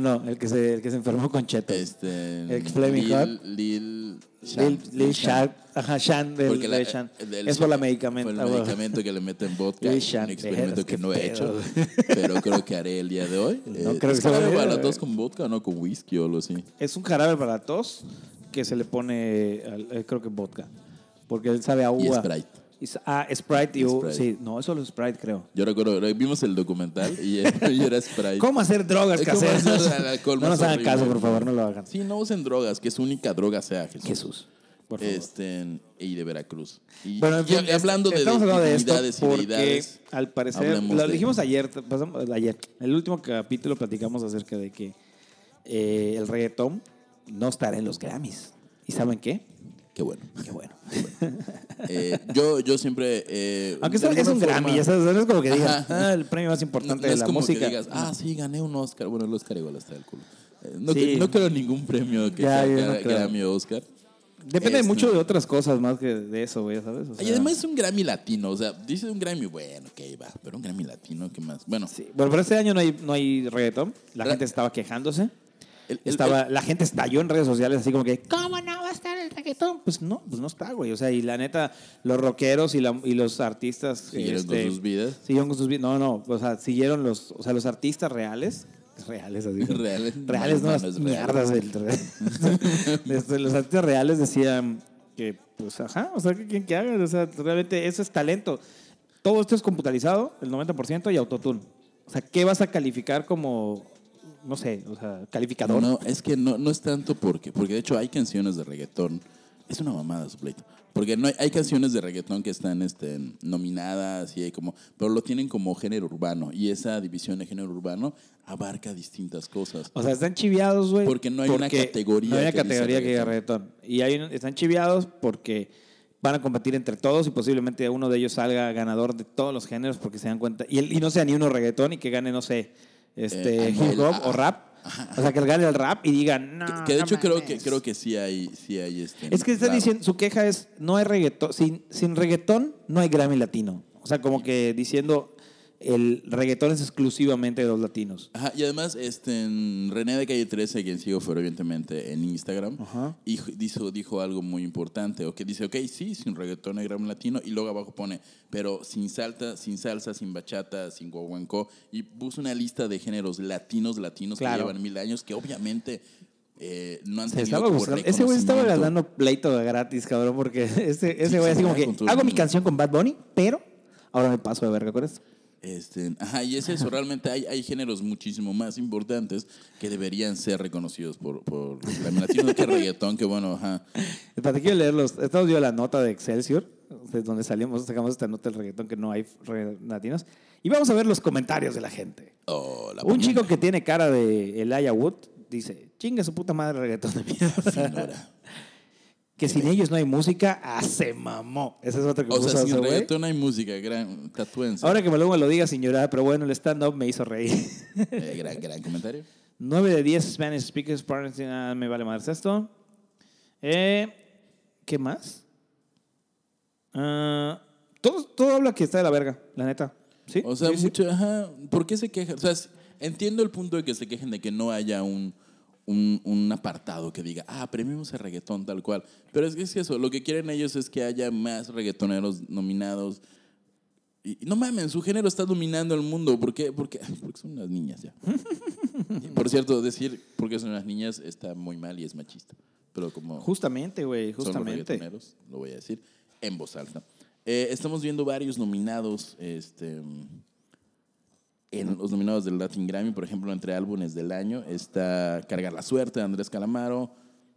Speaker 2: No, no, no. El que se, el que se enfermó con chetos.
Speaker 3: Este.
Speaker 2: El Flaming
Speaker 3: Lil-
Speaker 2: Hot.
Speaker 3: Lil. Shan.
Speaker 2: Lil, Lil Shark. Ajá, Shan del,
Speaker 3: Porque la- eh,
Speaker 2: de Shan.
Speaker 3: del-
Speaker 2: es por la
Speaker 3: Por
Speaker 2: medicamento.
Speaker 3: el
Speaker 2: ah, bueno.
Speaker 3: medicamento que le meten vodka.
Speaker 2: Uy,
Speaker 3: un
Speaker 2: Shan,
Speaker 3: experimento
Speaker 2: veras,
Speaker 3: que
Speaker 2: qué
Speaker 3: no he hecho.
Speaker 2: pedo.
Speaker 3: <laughs> Pero creo que haré el día de hoy.
Speaker 2: No
Speaker 3: Eh,
Speaker 2: creo
Speaker 3: es
Speaker 2: que se
Speaker 3: jarabe
Speaker 2: vaya,
Speaker 3: para la
Speaker 2: güey.
Speaker 3: tos con vodka, no con whisky o algo así.
Speaker 2: Es un jarabe para la tos que se le pone, al- eh, creo que vodka. Porque él sabe a uva.
Speaker 3: Y Sprite.
Speaker 2: Y sa- ah, Sprite y
Speaker 3: Y
Speaker 2: uva.
Speaker 3: Sprite.
Speaker 2: Sí, no, es solo Sprite, creo.
Speaker 3: Yo recuerdo, eh, vimos el documental y era, <laughs> y era Sprite.
Speaker 2: ¿Cómo hacer drogas
Speaker 3: Eh, ¿Cómo
Speaker 2: caseras?
Speaker 3: hacer el alcohol
Speaker 2: No
Speaker 3: más
Speaker 2: nos hagan
Speaker 3: horrible?
Speaker 2: caso, por favor, no lo hagan.
Speaker 3: Sí, no usen drogas, que su única droga sea Jesús.
Speaker 2: Jesús. Por favor.
Speaker 3: Este, y de Veracruz. Y,
Speaker 2: Bueno, en
Speaker 3: y
Speaker 2: fin, este,
Speaker 3: hablando de
Speaker 2: estamos hablando de esto
Speaker 3: divinidades y
Speaker 2: porque
Speaker 3: deidades,
Speaker 2: al parecer
Speaker 3: hablemos
Speaker 2: lo
Speaker 3: de-
Speaker 2: dijimos ayer, t- pasamos- ayer, el último capítulo platicamos acerca de que eh, el reggaetón no estará en los Grammys. ¿Y saben qué?
Speaker 3: Qué bueno.
Speaker 2: Qué bueno.
Speaker 3: Eh, yo, yo siempre. eh,
Speaker 2: Aunque
Speaker 3: de
Speaker 2: eso- es
Speaker 3: alguna
Speaker 2: un
Speaker 3: forma-
Speaker 2: Grammy, ya sabes, no es como que digas,
Speaker 3: Ajá.
Speaker 2: "Ah, el premio más
Speaker 3: No,
Speaker 2: importante
Speaker 3: no
Speaker 2: de
Speaker 3: es
Speaker 2: la
Speaker 3: como
Speaker 2: música.
Speaker 3: que digas, ah, sí, gané un Oscar. Bueno, el Oscar igual está del culo. Eh, no,
Speaker 2: Sí.
Speaker 3: que- no creo ningún premio que
Speaker 2: Ya,
Speaker 3: sea
Speaker 2: yo no
Speaker 3: gra-
Speaker 2: creo.
Speaker 3: Grammy o Oscar.
Speaker 2: Depende
Speaker 3: este-
Speaker 2: mucho de otras cosas más que de eso, güey, ¿sabes? O
Speaker 3: Y
Speaker 2: sea,
Speaker 3: además es un Grammy latino. O sea, dice un Grammy, bueno, ok, va. Pero un Grammy latino, ¿qué más? Bueno,
Speaker 2: sí. Bueno, pero este año no hay, no hay reggaetón. La
Speaker 3: Ra-
Speaker 2: gente estaba quejándose.
Speaker 3: el- el-
Speaker 2: Estaba, la gente estalló en redes sociales así como que, ¿cómo no va a estar el reggaetón? Pues no, pues no está, güey. O sea, y la neta, los rockeros y, la- y los artistas... este,
Speaker 3: Siguieron con sus vidas.
Speaker 2: Siguieron con sus vidas. No, no, o sea, siguieron los, o sea, los artistas reales. <laughs> Reales, así. como-
Speaker 3: <laughs> Reales.
Speaker 2: Reales,
Speaker 3: No,
Speaker 2: no,
Speaker 3: no
Speaker 2: las
Speaker 3: es real.
Speaker 2: mierdas. del <laughs> Este, los artistas reales decían que, pues, ajá, o sea, que quien que haga, o sea, realmente eso es talento. Todo esto es computarizado, el 90% y autotune. O sea, ¿qué vas a calificar como, no sé, o sea, calificador?
Speaker 3: No, es que no, no es tanto porque, porque de hecho hay canciones de reggaetón. Es una mamada su pleito. Porque no hay, hay canciones de reggaetón que están este, nominadas y hay como, pero lo tienen como género urbano. Y esa división de género urbano abarca distintas cosas.
Speaker 2: O sea, están chiviados, güey.
Speaker 3: Porque no hay una categoría
Speaker 2: No hay una
Speaker 3: que dice
Speaker 2: categoría que diga reggaetón. Y hay un- están chiviados porque van a competir entre todos y posiblemente uno de ellos salga ganador de todos los géneros porque se dan cuenta. Y, el- y no sea ni uno reggaetón y que gane, no sé, este,
Speaker 3: Eh,
Speaker 2: hip hop
Speaker 3: Anuel, ah,
Speaker 2: o rap. O sea, que él gane el rap y digan, no.
Speaker 3: Que, que
Speaker 2: Ah,
Speaker 3: de
Speaker 2: no
Speaker 3: hecho creo
Speaker 2: mames".
Speaker 3: que, creo que sí hay, sí hay este.
Speaker 2: Es que está
Speaker 3: rap.
Speaker 2: diciendo, su queja es, no hay reggaetón, sin, sin reggaetón no hay Grammy latino. O sea, como que diciendo, el reggaetón es exclusivamente de los latinos.
Speaker 3: Ajá, y además, este, en René de Calle 13, quien sigo fervientemente en Instagram,
Speaker 2: Ajá.
Speaker 3: y ju- dijo, dijo algo muy importante, o que dice, ok, sí, sin reggaetón hay Grammy latino, y luego abajo pone, pero sin salta, sin salsa, sin bachata, sin guaguancó, y puso una lista de géneros latinos, latinos que
Speaker 2: Claro.
Speaker 3: llevan mil años, que obviamente eh, no han
Speaker 2: Se
Speaker 3: tenido
Speaker 2: estaba
Speaker 3: como
Speaker 2: gustando. Ese güey estaba
Speaker 3: reconocimiento.
Speaker 2: ganando pleito gratis, cabrón, porque <laughs> ese, ese
Speaker 3: Sí,
Speaker 2: güey así
Speaker 3: se
Speaker 2: como
Speaker 3: va
Speaker 2: que
Speaker 3: con todo el
Speaker 2: hago mi
Speaker 3: mundo".
Speaker 2: canción con Bad Bunny, pero ahora me paso de verga con esto.
Speaker 3: Este, <laughs> ajá, y es eso, realmente hay, hay géneros muchísimo más importantes que deberían ser reconocidos por, por Grammy latino que reggaetón, que bueno, ajá.
Speaker 2: Para quiero leerlos. Esta nos dio la nota de Excelsior, de donde salimos, sacamos esta nota del reggaetón que no hay re- latinos. Y vamos a ver los comentarios de la gente.
Speaker 3: Oh, la
Speaker 2: Un
Speaker 3: opinión
Speaker 2: chico que tiene cara de Elijah Wood dice: chinga su puta madre reggaetón de mierda. <laughs>
Speaker 3: finora.
Speaker 2: que sin ellos no hay música, ah, se mamó. Ese es otro que
Speaker 3: O sea,
Speaker 2: puso ese
Speaker 3: sin
Speaker 2: güey.
Speaker 3: reggaetón hay música, gran tatuense.
Speaker 2: Ahora que Maluma lo diga sin llorar, pero bueno, el stand-up me hizo reír.
Speaker 3: Eh, gran, gran comentario.
Speaker 2: 9 de 10 Spanish speakers, parents, ah, me vale más esto. Eh, ¿Qué más? Ah, todo, todo habla que está de la verga, la neta. ¿Sí?
Speaker 3: O sea,
Speaker 2: sí, sí.
Speaker 3: mucho, ajá, ¿por qué se quejan? O sea, s- entiendo el punto de que se quejen de que no haya un, un, un apartado que diga, ah, premiemos el reggaetón tal cual. Pero es que es eso, lo que quieren ellos es que haya más reggaetoneros nominados. Y y no mames, su género está dominando el mundo. ¿Por qué? Porque, porque son unas niñas
Speaker 2: <laughs>
Speaker 3: ya. Y, Por cierto, decir porque son unas niñas está muy mal y es machista. Pero como...
Speaker 2: Justamente, güey,
Speaker 3: son los
Speaker 2: justamente.
Speaker 3: reggaetoneros, lo voy a decir en voz alta. Eh, estamos viendo varios nominados, este, en los nominados del Latin Grammy, por ejemplo, entre álbumes del año está Cargar la Suerte de Andrés Calamaro,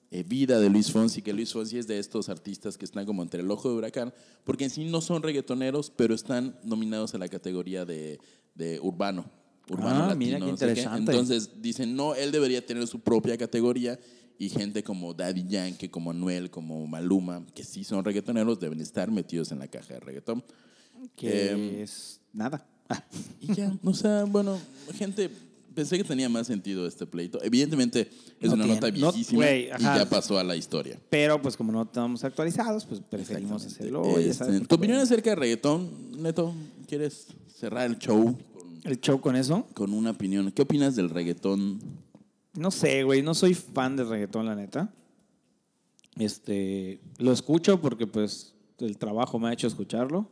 Speaker 3: eh, Vida de Luis Fonsi, que Luis Fonsi es de estos artistas que están como entre el ojo de huracán, porque en sí no son reggaetoneros, pero están nominados a la categoría de, de urbano. Urbano
Speaker 2: Ah,
Speaker 3: latino,
Speaker 2: mira qué
Speaker 3: no sé qué.
Speaker 2: interesante.
Speaker 3: Entonces, entonces dicen, no, él debería tener su propia categoría y gente como Daddy Yankee, como Anuel, como Maluma, que sí son reggaetoneros, deben estar metidos en la caja de reggaetón.
Speaker 2: Que
Speaker 3: Em,
Speaker 2: es nada. Ah,
Speaker 3: Y ya, o sea, bueno, gente, pensé que tenía más sentido este pleito. Evidentemente es
Speaker 2: No
Speaker 3: una
Speaker 2: tiene,
Speaker 3: nota
Speaker 2: no-
Speaker 3: viejísima
Speaker 2: güey,
Speaker 3: y
Speaker 2: ajá.
Speaker 3: ya pasó a la historia.
Speaker 2: Pero pues como no estamos actualizados, pues preferimos
Speaker 3: Exactamente.
Speaker 2: hacerlo. hoy, ya
Speaker 3: Este,
Speaker 2: sabes,
Speaker 3: ¿Tu
Speaker 2: porque-
Speaker 3: opinión acerca de reggaetón, Neto? ¿Quieres cerrar el show con,
Speaker 2: El show con eso.
Speaker 3: con una opinión? ¿Qué opinas del reggaetón?
Speaker 2: No sé, güey, no soy fan del reggaetón, la neta. Este, lo escucho porque pues el trabajo me ha hecho escucharlo.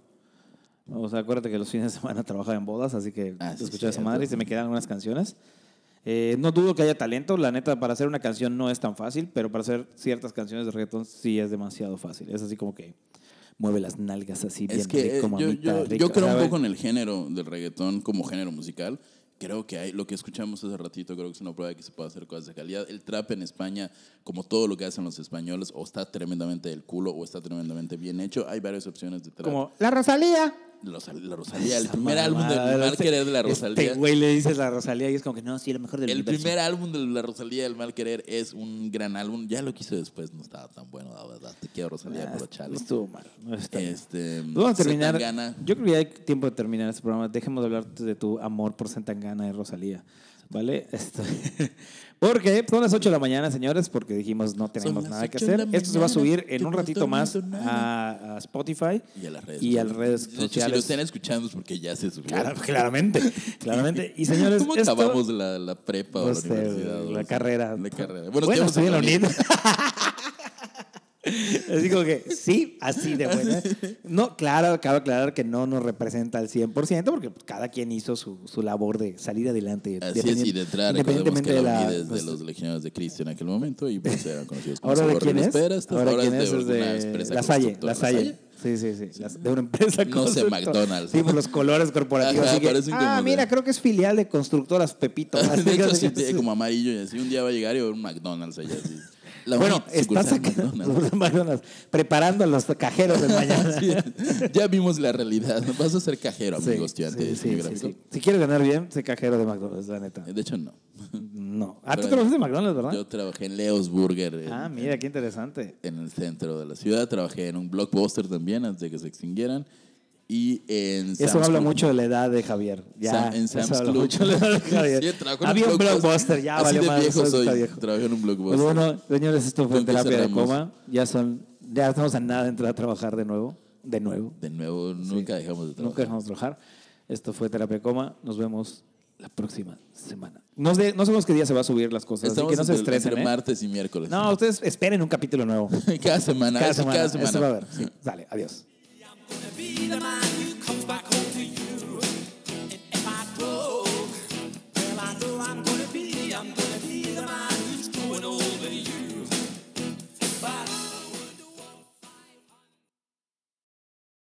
Speaker 2: O sea, acuérdate que los fines de semana <laughs> trabajaba en bodas, así que
Speaker 3: Ah, sí,
Speaker 2: escuché a esa
Speaker 3: cierto.
Speaker 2: madre y se me quedan algunas canciones. Eh, no dudo que haya talento, la neta, para hacer una canción no es tan fácil, pero para hacer ciertas canciones de reggaetón sí es demasiado fácil. Es así como que mueve las nalgas así bien
Speaker 3: es que eh,
Speaker 2: rico,
Speaker 3: yo,
Speaker 2: mamita,
Speaker 3: yo-
Speaker 2: rico.
Speaker 3: yo creo
Speaker 2: O sea,
Speaker 3: un poco en el género del reggaetón como género musical. Creo que hay, lo que escuchamos hace ratito, creo que es una prueba de que se puede hacer cosas de calidad. El trap en España, como todo lo que hacen los españoles, o está tremendamente del culo o está tremendamente bien hecho. Hay varias opciones de trap.
Speaker 2: Como,
Speaker 4: La Rosalía.
Speaker 3: Los- la Rosalía, el
Speaker 2: esa
Speaker 3: primer álbum del
Speaker 2: mamada,
Speaker 3: mal
Speaker 2: este-
Speaker 3: querer de la Rosalía.
Speaker 2: Este güey le dices la Rosalía y es como que no, sí, lo mejor del
Speaker 3: El
Speaker 2: universo.
Speaker 3: primer álbum de La Rosalía, El Mal Querer, es un gran álbum. Ya lo que hizo después no estaba tan bueno, la verdad. Te quiero, Rosalía,
Speaker 2: Ah,
Speaker 3: por chale.
Speaker 2: Estuvo mal. no está bien.
Speaker 3: Este,
Speaker 2: Vamos a terminar.
Speaker 3: Zetangana.
Speaker 2: Yo creo que ya hay tiempo de terminar este programa. Dejemos de hablar de tu amor por Santangana y Rosalía. ¿Vale? Esto- <laughs> Porque son las 8 de la mañana, señores, porque dijimos no tenemos
Speaker 3: las
Speaker 2: nada que
Speaker 3: 8 de
Speaker 2: hacer.
Speaker 3: la
Speaker 2: Esto se va a
Speaker 3: mañana,
Speaker 2: subir
Speaker 3: que
Speaker 2: en un
Speaker 3: no
Speaker 2: ratito
Speaker 3: dormí
Speaker 2: más
Speaker 3: con
Speaker 2: a, a Spotify
Speaker 3: Y a las redes
Speaker 2: y a las
Speaker 3: sociales.
Speaker 2: redes
Speaker 3: De hecho, si lo
Speaker 2: sociales.
Speaker 3: están escuchando es porque ya se subió.
Speaker 2: Claro, <laughs> claramente, claramente. Y señores,
Speaker 3: ¿Cómo
Speaker 2: esto-
Speaker 3: acabamos la, la prepa o
Speaker 2: no
Speaker 3: la
Speaker 2: sé,
Speaker 3: universidad? o
Speaker 2: Este, la
Speaker 3: así?
Speaker 2: carrera.
Speaker 3: La carrera.
Speaker 2: Bueno,
Speaker 3: Bueno, te íbamos
Speaker 2: estoy
Speaker 3: a
Speaker 2: en la
Speaker 3: reunir.
Speaker 2: UNIT. <laughs> Así como que, sí, así de
Speaker 3: <laughs>
Speaker 2: buena. No, claro, acabo de aclarar que no nos representa al 100%, porque cada quien hizo su, su labor de salir adelante.
Speaker 3: Así es, y de entrada recordemos que
Speaker 2: independientemente
Speaker 3: la
Speaker 2: de
Speaker 3: unidad es de
Speaker 2: pues,
Speaker 3: los legionarios de Cristo en aquel momento y
Speaker 2: <laughs>
Speaker 3: pues eran conocidos como
Speaker 2: ¿Ahora de
Speaker 3: Soborno
Speaker 2: quién es?
Speaker 3: Esperas,
Speaker 2: Ahora, quién es, es
Speaker 3: alguna
Speaker 2: de
Speaker 3: empresa
Speaker 2: La Salle,
Speaker 3: constructora,
Speaker 2: La Salle. Sí, sí, sí. las- De una empresa
Speaker 3: No sé,
Speaker 2: constructora.
Speaker 3: McDonald's.
Speaker 2: Sí, por los
Speaker 3: <laughs>
Speaker 2: colores corporativos.
Speaker 3: Ajá,
Speaker 2: así que,
Speaker 3: parecen
Speaker 2: ah,
Speaker 3: como de-
Speaker 2: mira, creo que es filial de constructoras Pepito. Así
Speaker 3: <laughs> De hecho,
Speaker 2: que-
Speaker 3: sí, tiene como amarillo y así. Un día va a llegar y va a haber un McDonald's allá. Así. La
Speaker 2: bueno,
Speaker 3: única
Speaker 2: estás
Speaker 3: sucursal
Speaker 2: acá, <laughs>
Speaker 3: McDonald's.
Speaker 2: McDonald's, preparando a los cajeros de mañana.
Speaker 3: <laughs> Sí, ya vimos la realidad. Vas a ser cajero,
Speaker 2: Sí,
Speaker 3: amigos, tío,
Speaker 2: sí,
Speaker 3: antes
Speaker 2: sí, sí, sí. Si quieres ganar bien, sé cajero de McDonald's, la neta.
Speaker 3: De hecho, no.
Speaker 2: No. Ah, tú
Speaker 3: Pero-
Speaker 2: trabajaste en McDonald's, ¿verdad?
Speaker 3: Eh, Yo trabajé en Leo's Burger. en-
Speaker 2: ah, mira, qué interesante.
Speaker 3: en el centro de la ciudad. Trabajé en un blockbuster también antes de que se extinguieran. Y en
Speaker 2: Eso
Speaker 3: Sam's
Speaker 2: habla
Speaker 3: Club.
Speaker 2: mucho de la edad de Javier. Ya,
Speaker 3: Sam- en
Speaker 2: eso
Speaker 3: Sam's
Speaker 2: habla
Speaker 3: Club.
Speaker 2: mucho de la edad
Speaker 3: <laughs>
Speaker 2: de Javier.
Speaker 3: Sí, trabajé en
Speaker 2: Había un blockbuster, ya
Speaker 3: Así
Speaker 2: valió
Speaker 3: de
Speaker 2: más.
Speaker 3: viejo
Speaker 2: eso
Speaker 3: soy.
Speaker 2: está viejo.
Speaker 3: Trabajé en un
Speaker 2: Pues
Speaker 3: blockbuster.
Speaker 2: bueno, señores, esto fue
Speaker 3: Con que
Speaker 2: terapia de
Speaker 3: cerramos.
Speaker 2: coma. Ya son, ya estamos a nada de entrar a trabajar de nuevo. De nuevo.
Speaker 3: De nuevo, nunca dejamos de trabajar.
Speaker 2: Nunca dejamos de trabajar. Esto fue Terapia de Coma. Nos vemos la próxima semana. No, sé- no sabemos qué día se va a subir las cosas,
Speaker 3: Estamos
Speaker 2: así que no se
Speaker 3: entre-
Speaker 2: estresen.
Speaker 3: entre
Speaker 2: ¿eh?
Speaker 3: martes y miércoles.
Speaker 2: No, ustedes esperen un capítulo nuevo.
Speaker 3: <laughs> cada semana.
Speaker 2: Cada
Speaker 3: eso,
Speaker 2: semana.
Speaker 3: Cada
Speaker 2: Eso
Speaker 3: semana.
Speaker 2: va a haber. Sí. Dale, adiós.
Speaker 6: be the man